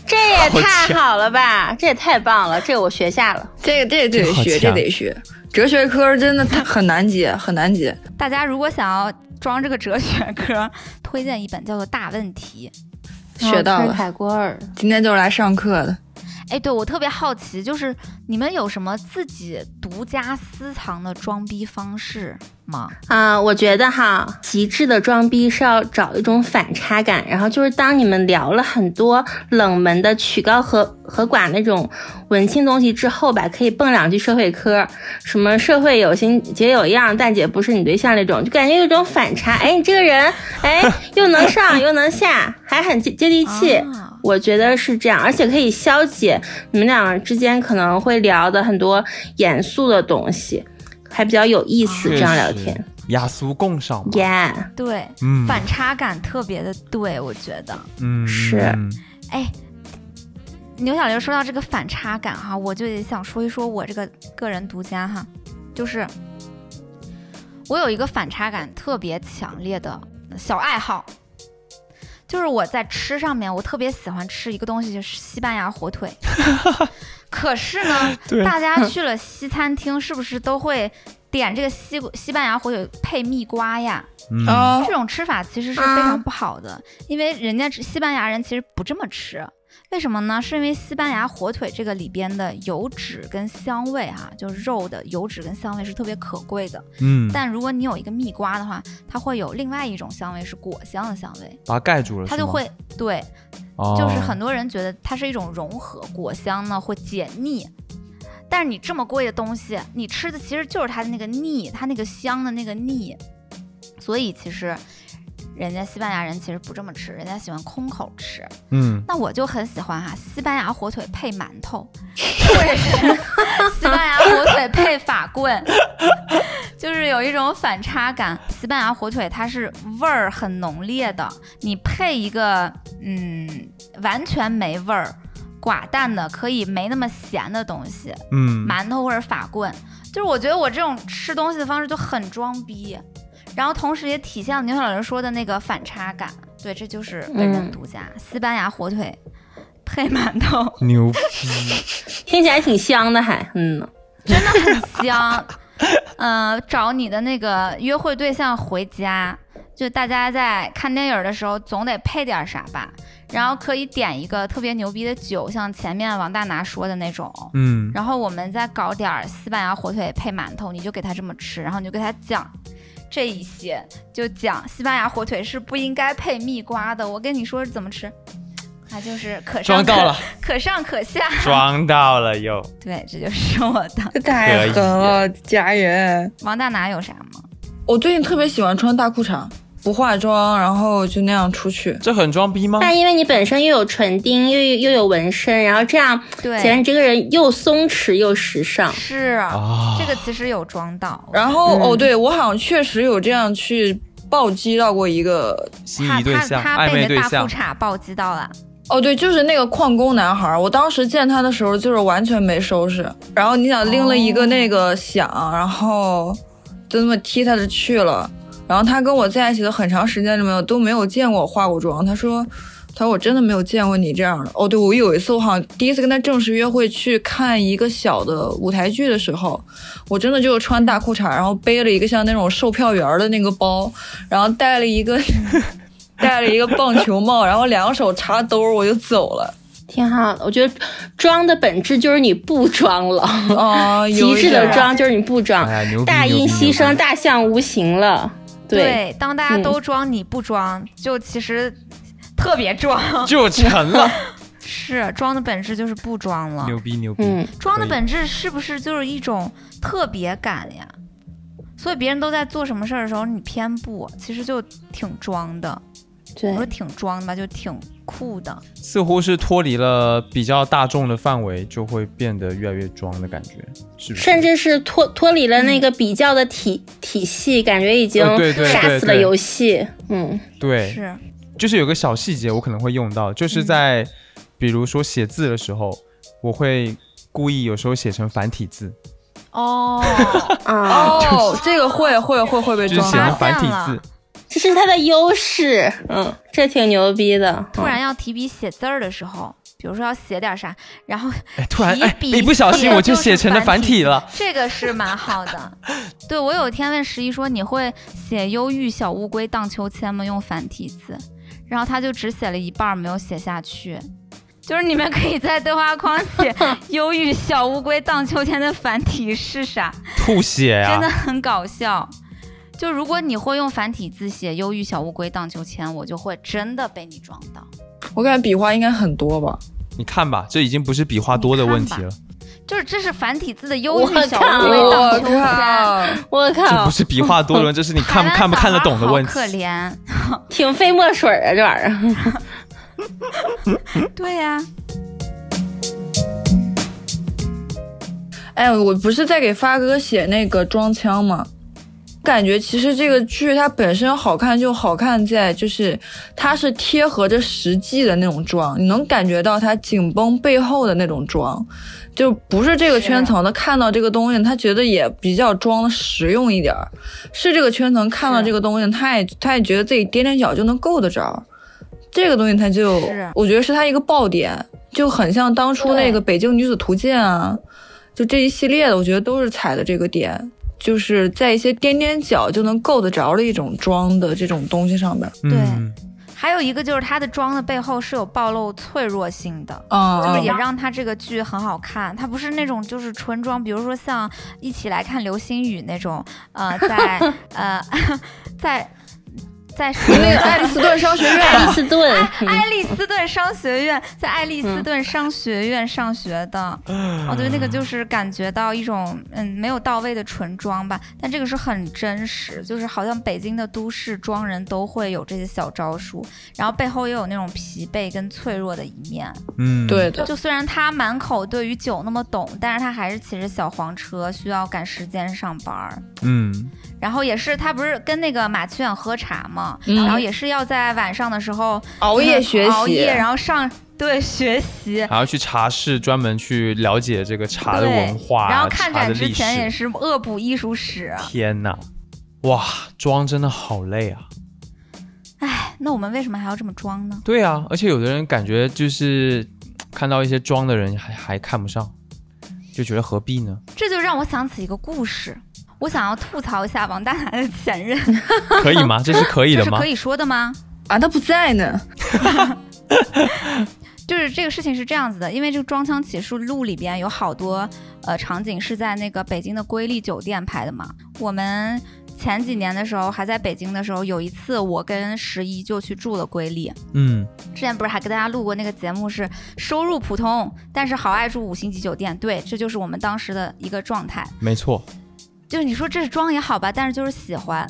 [SPEAKER 1] 这也
[SPEAKER 3] 好
[SPEAKER 1] 太
[SPEAKER 3] 强
[SPEAKER 1] 好了吧！这也太棒了，这个我学下了。
[SPEAKER 4] 这个这个
[SPEAKER 3] 这个
[SPEAKER 4] 得
[SPEAKER 3] 好啊
[SPEAKER 4] 学，这
[SPEAKER 3] 强
[SPEAKER 4] 得学。哲学科真的太很难解，很难解。
[SPEAKER 2] 大家如果想要装这个哲学科，推荐一本叫做《大问题》。
[SPEAKER 1] 哦
[SPEAKER 4] 学到了，
[SPEAKER 1] 凯郭尔，
[SPEAKER 4] 今天就是来上课的。
[SPEAKER 2] 哎，对我特别好奇，就是你们有什么自己独家私藏的装逼方式吗？
[SPEAKER 1] 啊、我觉得哈，极致的装逼是要找一种反差感，然后就是当你们聊了很多冷门的曲高和和寡那种文青东西之后吧，可以蹦两句社会科，什么社会有形姐有样，但姐不是你对象那种，就感觉有一种反差。哎，你这个人，哎，又能上又能下，还很接接地气。
[SPEAKER 2] 啊，
[SPEAKER 1] 我觉得是这样，而且可以消解你们两个之间可能会聊的很多严肃的东西，还比较有意
[SPEAKER 3] 确
[SPEAKER 1] 思。这
[SPEAKER 3] 实
[SPEAKER 1] 样聊天，
[SPEAKER 3] 雅俗共赏嘛。
[SPEAKER 1] ，yeah，
[SPEAKER 2] 对，
[SPEAKER 3] 嗯
[SPEAKER 2] 反差感特别的对，我觉得。
[SPEAKER 3] 嗯，
[SPEAKER 1] 是
[SPEAKER 3] 嗯
[SPEAKER 2] 哎，牛小刘说到这个反差感哈，我就得想说一说我这个个人独家哈，就是我有一个反差感特别强烈的小爱好，就是我在吃上面，我特别喜欢吃一个东西，就是西班牙火腿。可是呢，
[SPEAKER 3] 对
[SPEAKER 2] 大家去了西餐厅，是不是都会点这个西西班牙火腿配蜜瓜呀？
[SPEAKER 3] 嗯
[SPEAKER 4] 哦
[SPEAKER 2] 这种吃法其实是非常不好的，因为人家吃西班牙人其实不这么吃。为什么呢？是因为西班牙火腿这个里边的油脂跟香味啊，就是肉的油脂跟香味是特别可贵的。
[SPEAKER 3] 嗯，
[SPEAKER 2] 但如果你有一个蜜瓜的话，它会有另外一种香味，是果香的香味，
[SPEAKER 3] 把它盖住了，
[SPEAKER 2] 它
[SPEAKER 3] 是
[SPEAKER 2] 就
[SPEAKER 3] 吗，
[SPEAKER 2] 会对，
[SPEAKER 3] 哦
[SPEAKER 2] 就是很多人觉得它是一种融合，果香呢会解腻。但是你这么贵的东西，你吃的其实就是它的那个腻，它那个香的那个腻。所以其实人家西班牙人其实不这么吃，人家喜欢空口吃。
[SPEAKER 3] 嗯，
[SPEAKER 2] 那我就很喜欢哈、西班牙火腿配馒 头，或者是西班牙火腿配法棍，就是有一种反差感。西班牙火腿它是味儿很浓烈的，你配一个嗯完全没味儿、寡淡的，可以没那么咸的东西，
[SPEAKER 5] 嗯，
[SPEAKER 2] 馒头或者法棍，就是我觉得我这种吃东西的方式就很装逼，然后同时也体现了牛小人说的那个反差感。对，这就是本人独家、西班牙火腿 配馒头，
[SPEAKER 5] 牛逼，
[SPEAKER 1] 听起来挺香的还，嗯，
[SPEAKER 2] 真的很香。呃，找你的那个约会对象回家，就大家在看电影的时候总得配点啥吧，然后可以点一个特别牛逼的酒，像前面王大拿说的那种，
[SPEAKER 5] 嗯，
[SPEAKER 2] 然后我们再搞点儿西班牙火腿配馒头，你就给他这么吃，然后你就给他讲这一些，就讲西班牙火腿是不应该配蜜瓜的。我跟你说是怎么吃，它就是可上
[SPEAKER 5] 装
[SPEAKER 2] 可
[SPEAKER 5] 到了，
[SPEAKER 2] 可上可下。
[SPEAKER 5] 装到了又，
[SPEAKER 2] 对，这就是我的。
[SPEAKER 4] 这太狠了，家人！
[SPEAKER 2] 王大拿有啥吗？
[SPEAKER 4] 我最近特别喜欢穿大裤衩，不化妆，然后就那样出去。
[SPEAKER 5] 这很装逼吗？
[SPEAKER 1] 但因为你本身又有唇钉，又又有纹身，然后这样显得
[SPEAKER 2] 对，
[SPEAKER 1] 你这个人又松弛又时尚。
[SPEAKER 2] 是、
[SPEAKER 5] 啊，
[SPEAKER 2] 这个其实有装到。
[SPEAKER 4] 然后、
[SPEAKER 1] 嗯
[SPEAKER 4] 哦，对我好像确实有这样去暴击到过一个，
[SPEAKER 5] 心
[SPEAKER 2] 他
[SPEAKER 5] 仪对
[SPEAKER 2] 他
[SPEAKER 5] 象、
[SPEAKER 2] 他
[SPEAKER 5] 暧
[SPEAKER 2] 被
[SPEAKER 5] 昧
[SPEAKER 2] 那
[SPEAKER 5] 对
[SPEAKER 2] 大
[SPEAKER 5] 象
[SPEAKER 2] 裤，衩暴击到了，
[SPEAKER 4] 哦，对，就是那个矿工男孩儿。我当时见他的时候就是完全没收拾，然后你想拎了一个那个响，然后就那么踢他的去了。然后他跟我在一起的很长时间里面都没有见过我化过妆，他说。他说我真的没有见过你这样的哦。对，我有一次我好像第一次跟他正式约会去看一个小的舞台剧的时候，我真的就穿大裤衩，然后背了一个像那种售票员儿的那个包，然后戴了一个 戴了一个棒球帽，然后两手插兜儿我就走 了。
[SPEAKER 1] 挺好的，我觉得装的本质就是你不装了，
[SPEAKER 4] 啊、有
[SPEAKER 1] 极
[SPEAKER 4] 一
[SPEAKER 1] 致的
[SPEAKER 4] 点儿
[SPEAKER 1] 装就是你不
[SPEAKER 3] 啊
[SPEAKER 1] 装，
[SPEAKER 5] 哎呀，牛逼，
[SPEAKER 1] 大
[SPEAKER 5] 牛逼
[SPEAKER 1] 音
[SPEAKER 5] 牛
[SPEAKER 1] 牺
[SPEAKER 5] 逼
[SPEAKER 1] 牲，大象无形了。对，
[SPEAKER 2] 当大家
[SPEAKER 1] 嗯
[SPEAKER 2] 都装，你不装，就其实特别装。
[SPEAKER 5] 就成了，
[SPEAKER 2] 是装的本质就是不装了。
[SPEAKER 5] 牛逼牛逼，
[SPEAKER 1] 嗯，
[SPEAKER 2] 装的
[SPEAKER 5] 可以
[SPEAKER 2] 本质是不是就是一种特别感呀？所以别人都在做什么事儿的时候，你偏不，其实就挺装的。
[SPEAKER 1] 对
[SPEAKER 2] 我说挺装的吧，就挺酷的。
[SPEAKER 5] 似乎是脱离了比较大众的范围，就会变得越来越装的感觉，是不是？
[SPEAKER 1] 甚至是脱脱离了那个比较的体、体系，感觉已经
[SPEAKER 5] 呃对对对
[SPEAKER 1] 杀死了
[SPEAKER 5] 对
[SPEAKER 1] 游戏。嗯，
[SPEAKER 5] 对，
[SPEAKER 2] 是，
[SPEAKER 5] 就是有个小细节我可能会用到，就是在比如说写字的时候，我会故意有时候写成繁体字，
[SPEAKER 2] 哦，
[SPEAKER 1] 啊，
[SPEAKER 4] 哦，这个会会会会被
[SPEAKER 5] 就是
[SPEAKER 4] 装啊
[SPEAKER 5] 写成
[SPEAKER 4] 到。
[SPEAKER 5] 繁体
[SPEAKER 2] 发现
[SPEAKER 5] 字
[SPEAKER 2] 了，
[SPEAKER 1] 这是它的优势。嗯，这挺牛逼的。
[SPEAKER 2] 突然要提笔写字儿的时候，比如说要写点啥，然后
[SPEAKER 5] 哎，突然
[SPEAKER 2] 提
[SPEAKER 5] 哎，
[SPEAKER 2] 笔
[SPEAKER 5] 一不小心
[SPEAKER 2] 写
[SPEAKER 5] 我就
[SPEAKER 2] 就是
[SPEAKER 5] 写成了繁
[SPEAKER 2] 繁体
[SPEAKER 5] 体了，
[SPEAKER 2] 这个是蛮好 的。对我有一天问十一说你会写“忧郁小乌龟荡秋千”吗？用繁体字，然后他就只写了一半儿，没有写下去。就是你们可以在对话框写“忧郁小乌龟荡秋千”的繁体是啥，
[SPEAKER 5] 吐血哎
[SPEAKER 2] 真
[SPEAKER 5] 呀、
[SPEAKER 2] 的很搞笑。就如果你会用繁体字写“忧郁小乌龟荡秋千”，我就会真的被你撞到。
[SPEAKER 4] 我感觉笔画应该很多吧？
[SPEAKER 5] 你看吧，这已经不是笔画多的问题了，
[SPEAKER 2] 就是这是繁体字的“忧郁
[SPEAKER 1] 啊我
[SPEAKER 2] 小
[SPEAKER 1] 靠
[SPEAKER 2] 乌龟荡秋千”。
[SPEAKER 4] 靠！
[SPEAKER 1] 我
[SPEAKER 5] 这
[SPEAKER 1] 靠
[SPEAKER 5] 不，是笔画多的问题，这是你 看不
[SPEAKER 2] 台湾
[SPEAKER 5] 看不
[SPEAKER 2] 小
[SPEAKER 5] 看得
[SPEAKER 2] 孩
[SPEAKER 5] 懂的
[SPEAKER 2] 好
[SPEAKER 5] 问
[SPEAKER 2] 可
[SPEAKER 5] 题。
[SPEAKER 2] 怜。
[SPEAKER 1] 挺费墨水啊，这玩意 儿。
[SPEAKER 2] 对呀、
[SPEAKER 4] 哎，我不是在给发哥写那个装腔吗？感觉其实这个剧它本身好看，就好看在就是它是贴合着实际的那种妆，你能感觉到它紧绷背后的那种妆，就不是这个圈层的看到这个东西，他觉得也比较装的实用一点儿，是这个圈层看到
[SPEAKER 2] 是
[SPEAKER 4] 这个东西，他也他也觉得自己踮踮脚就能够得着，这个东西他就是我觉得是他一个爆点，就很像当初那个《北京女子图鉴》啊，就这一系列的，我觉得都是踩的这个点，就是在一些踮踮脚就能够得着的一种装的这种东西上面。
[SPEAKER 2] 对
[SPEAKER 5] 嗯，
[SPEAKER 2] 还有一个就是它的妆的背后是有暴露脆弱性的，
[SPEAKER 4] 啊、
[SPEAKER 2] 就是也
[SPEAKER 4] 嗯，
[SPEAKER 2] 让它这个剧很好看。它不是那种就是纯装，比如说像 一起来看流星雨那种，呃，在呃在。在十
[SPEAKER 4] 那
[SPEAKER 2] 年
[SPEAKER 4] 个
[SPEAKER 2] 前
[SPEAKER 4] 爱丽斯顿商学院，
[SPEAKER 1] 爱丽斯顿， 嗯
[SPEAKER 2] 哎爱丽斯顿商学院，在爱丽斯顿商学院上学的，我觉得那个就是感觉到一种嗯没有到位的纯装吧，但这个是很真实，就是好像北京的都市装人都会有这些小招数，然后背后也有那种疲惫跟脆弱的一面。
[SPEAKER 5] 嗯，
[SPEAKER 4] 对，的，
[SPEAKER 2] 就虽然他满口对于酒那么懂，但是他还是骑着小黄车，需要赶时间上班儿。
[SPEAKER 5] 嗯，
[SPEAKER 2] 然后也是他不是跟那个马曲远喝茶嘛，
[SPEAKER 4] 嗯
[SPEAKER 2] 然后也是要在晚上的时候
[SPEAKER 4] 熬夜学习，
[SPEAKER 2] 熬夜然后上对学习。
[SPEAKER 5] 还要去茶室专门去了解这个茶的
[SPEAKER 2] 对
[SPEAKER 5] 文化啊，
[SPEAKER 2] 然后看
[SPEAKER 5] 茶
[SPEAKER 2] 展
[SPEAKER 5] 的
[SPEAKER 2] 之
[SPEAKER 5] 历史。
[SPEAKER 2] 前也是恶补艺术史。
[SPEAKER 5] 天呐，哇，装真的好累啊！
[SPEAKER 2] 那我们为什么还要这么装呢？
[SPEAKER 5] 对啊，而且有的人感觉就是看到一些装的人还还看不上，就觉得何必 呢？
[SPEAKER 2] 这就让我想起一个故事，我想要吐槽一下王大拿的前任，
[SPEAKER 5] 可以吗？这是可以
[SPEAKER 2] 这
[SPEAKER 5] 的
[SPEAKER 2] 是
[SPEAKER 5] 吗
[SPEAKER 2] 可？以说的吗？
[SPEAKER 4] 啊，他不在呢，
[SPEAKER 2] 就是这个事情是这样子的，因为这个《装腔启示录》里边有好多呃场景是在那个北京的瑰丽酒店拍的嘛。我们前几年的时候还在北京的时候，有一次我跟十一就去住了瑰丽。
[SPEAKER 5] 嗯，
[SPEAKER 2] 之前不是还跟大家录过那个节目是收入普通，但是好爱住五星级酒店，对，这就是我们当时的一个状态。
[SPEAKER 5] 没错，
[SPEAKER 2] 就是你说这是装也好吧，但是就是喜欢。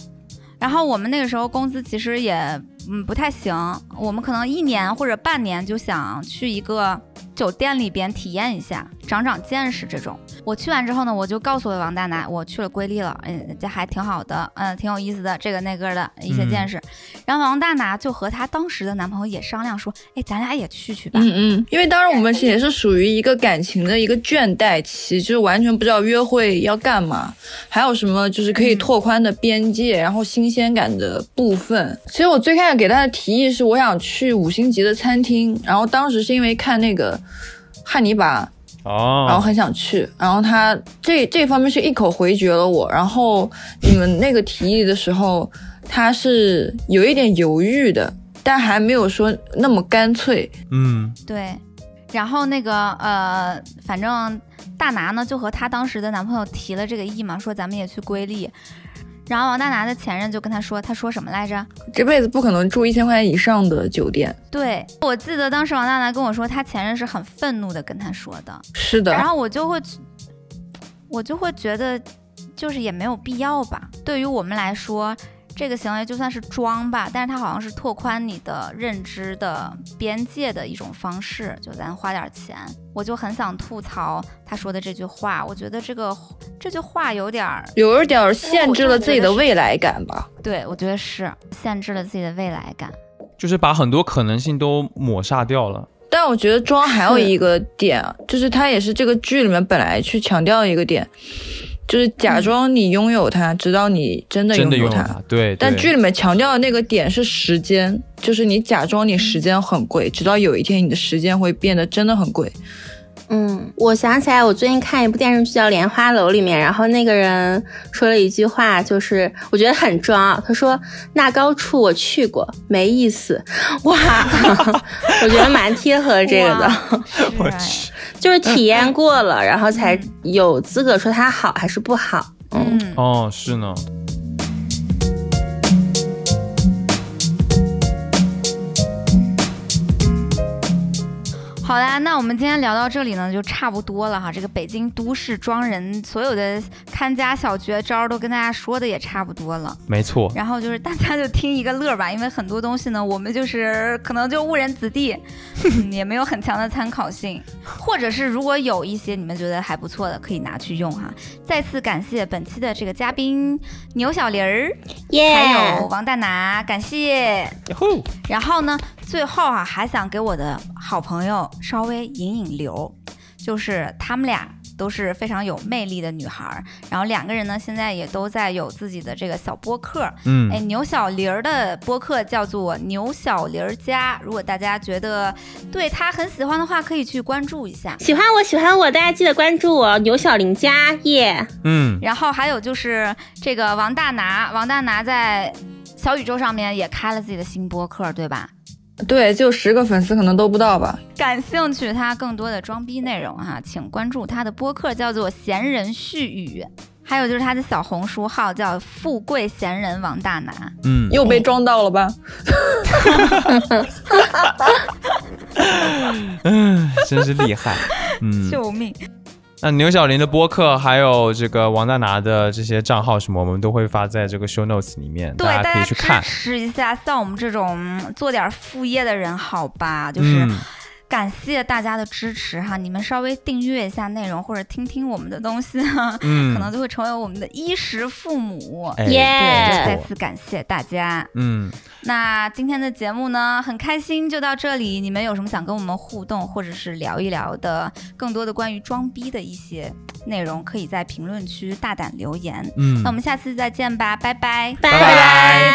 [SPEAKER 2] 然后我们那个时候工资其实也嗯不太行，我们可能一年或者半年就想去一个酒店里边体验一下，长长见识这种。我去完之后呢，我就告诉了王大奶，我去了瑰丽了，嗯，这还挺好的，嗯，挺有意思的，这个那个的一些见识。然后王大拿就和她当时的男朋友也商量说，哎，咱俩也去去吧。
[SPEAKER 4] 嗯嗯，因为当时我们也是属于一个感情的一个倦怠期，就是完全不知道约会要干嘛，还有什么就是可以拓宽的边界，然后新鲜感的部分。其实我最开始给他的提议是，我想去五星级的餐厅，然后当时是因为看那个汉尼拔，然后
[SPEAKER 5] 哦，
[SPEAKER 4] 很想去，然后他这这方面是一口回绝了我。然后你们那个提议的时候，他是有一点犹豫的，但还没有说那么干脆。
[SPEAKER 5] 嗯，
[SPEAKER 2] 对，然后那个呃，反正大拿呢就和她当时的男朋友提了这个意嘛，说咱们也去瑰丽。然后王大拿的前任就跟她说，她说什么来着？
[SPEAKER 4] 这辈子不可能住一千块钱以上的酒店。
[SPEAKER 2] 对我记得当时王大拿跟我说，她前任是很愤怒的跟她说的。
[SPEAKER 4] 是
[SPEAKER 2] 然
[SPEAKER 4] 的，
[SPEAKER 2] 后我就会，我就会觉得，就是也没有必要吧。对于我们来说，这个行为就算是装吧，但是它好像是拓宽你的认知的边界的一种方式。就咱花点钱，我就很想吐槽他说的这句话。我觉得这个这句话有点儿，
[SPEAKER 4] 有一点儿限制了自己的未来感吧。
[SPEAKER 2] 对我觉得是限制了自己的未来 感。
[SPEAKER 5] 就是把很多可能性都抹杀掉了。
[SPEAKER 4] 但我觉得装还有一个点啊，就是他也是这个剧里面本来去强调一个点，就是假装你拥有它，直到你真的
[SPEAKER 5] 真
[SPEAKER 4] 拥
[SPEAKER 5] 的
[SPEAKER 4] 有
[SPEAKER 5] 拥有
[SPEAKER 4] 它。
[SPEAKER 5] 它，对，
[SPEAKER 4] 但
[SPEAKER 5] 对
[SPEAKER 4] 剧里面强调的那个点是时间，就是你假装你时间很贵，直到有一天你的时间会变得真的很贵。
[SPEAKER 1] 嗯，我想起来，我最近看一部电视剧叫《莲花楼》里面，然后那个人说了一句话，就是我觉得很装啊。他说：“那高处我去过，没意 思。”哇，我觉得蛮贴合这个的，
[SPEAKER 2] 哇，
[SPEAKER 5] 我
[SPEAKER 2] 是啊
[SPEAKER 5] 去，
[SPEAKER 1] 就是体验过了，然后才有资格说它好还是不好。
[SPEAKER 2] 哎
[SPEAKER 1] 嗯，
[SPEAKER 2] 嗯，
[SPEAKER 5] 哦，是呢，
[SPEAKER 2] 好啦，那我们今天聊到这里呢，就差不多了哈。这个北京都市装人所有的看家小绝招都跟大家说的也差不多了，
[SPEAKER 5] 没错，
[SPEAKER 2] 然后就是大家就听一个乐儿吧，因为很多东西呢，我们就是可能就误人子弟， 嗯也没有很强的参考性，或者是如果有一些你们觉得还不错的，可以拿去用哈。再次感谢本期的这个嘉宾牛小林儿，
[SPEAKER 1] 耶、
[SPEAKER 2] 还有王大拿，感谢。
[SPEAKER 5] 呼
[SPEAKER 2] 然后呢，最后啊，还想给我的好朋友稍微引引流，就是她们俩都是非常有魅力的女孩儿，然后两个人呢，现在也都在有自己的这个小播客。
[SPEAKER 5] 嗯
[SPEAKER 2] 哎，，牛小玲儿的播客叫做牛小玲儿家，如果大家觉得对她很喜欢的话，可以去关注一下。
[SPEAKER 1] 喜欢我，喜欢我，大家记得关注我牛小林家耶。
[SPEAKER 5] 嗯，
[SPEAKER 2] 然后还有就是这个王大拿，王大拿在小宇宙上面也开了自己的新播客，对吧？
[SPEAKER 4] 对，就十个粉丝可能都不到吧。
[SPEAKER 2] 感兴趣他更多的装逼内容哈、请关注他的播客，叫做《闲人絮语》。还有就是他的小红书号叫“富贵闲人王大拿
[SPEAKER 3] 嗯，
[SPEAKER 4] 又被装到了吧？
[SPEAKER 3] 哎真是厉害。嗯”，，
[SPEAKER 2] 救命！
[SPEAKER 3] 那牛小林的播客还有这个王大拿的这些账号什么，我们都会发在这个 show notes 里面，
[SPEAKER 2] 对，
[SPEAKER 3] 大家可以去
[SPEAKER 2] 支
[SPEAKER 3] 看。
[SPEAKER 2] 持一下，像我们这种嗯做点副业的人，好吧？就是
[SPEAKER 3] 嗯
[SPEAKER 2] 感谢大家的支持哈，你们稍微订阅一下内容或者听听我们的东西，
[SPEAKER 3] 嗯，
[SPEAKER 2] 可能就会成为我们的衣食父母。
[SPEAKER 3] 哎
[SPEAKER 2] 对，
[SPEAKER 1] 耶
[SPEAKER 2] 就
[SPEAKER 3] 没
[SPEAKER 2] 再
[SPEAKER 3] 错
[SPEAKER 2] 次感谢大家。
[SPEAKER 3] 嗯，
[SPEAKER 2] 那今天的节目呢，很开心就到这里。你们有什么想跟我们互动，或者是聊一聊的更多的关于装逼的一些内容，可以在评论区大胆留言。
[SPEAKER 3] 嗯
[SPEAKER 2] 那我们下次再见吧，拜拜。
[SPEAKER 1] 拜
[SPEAKER 3] 拜拜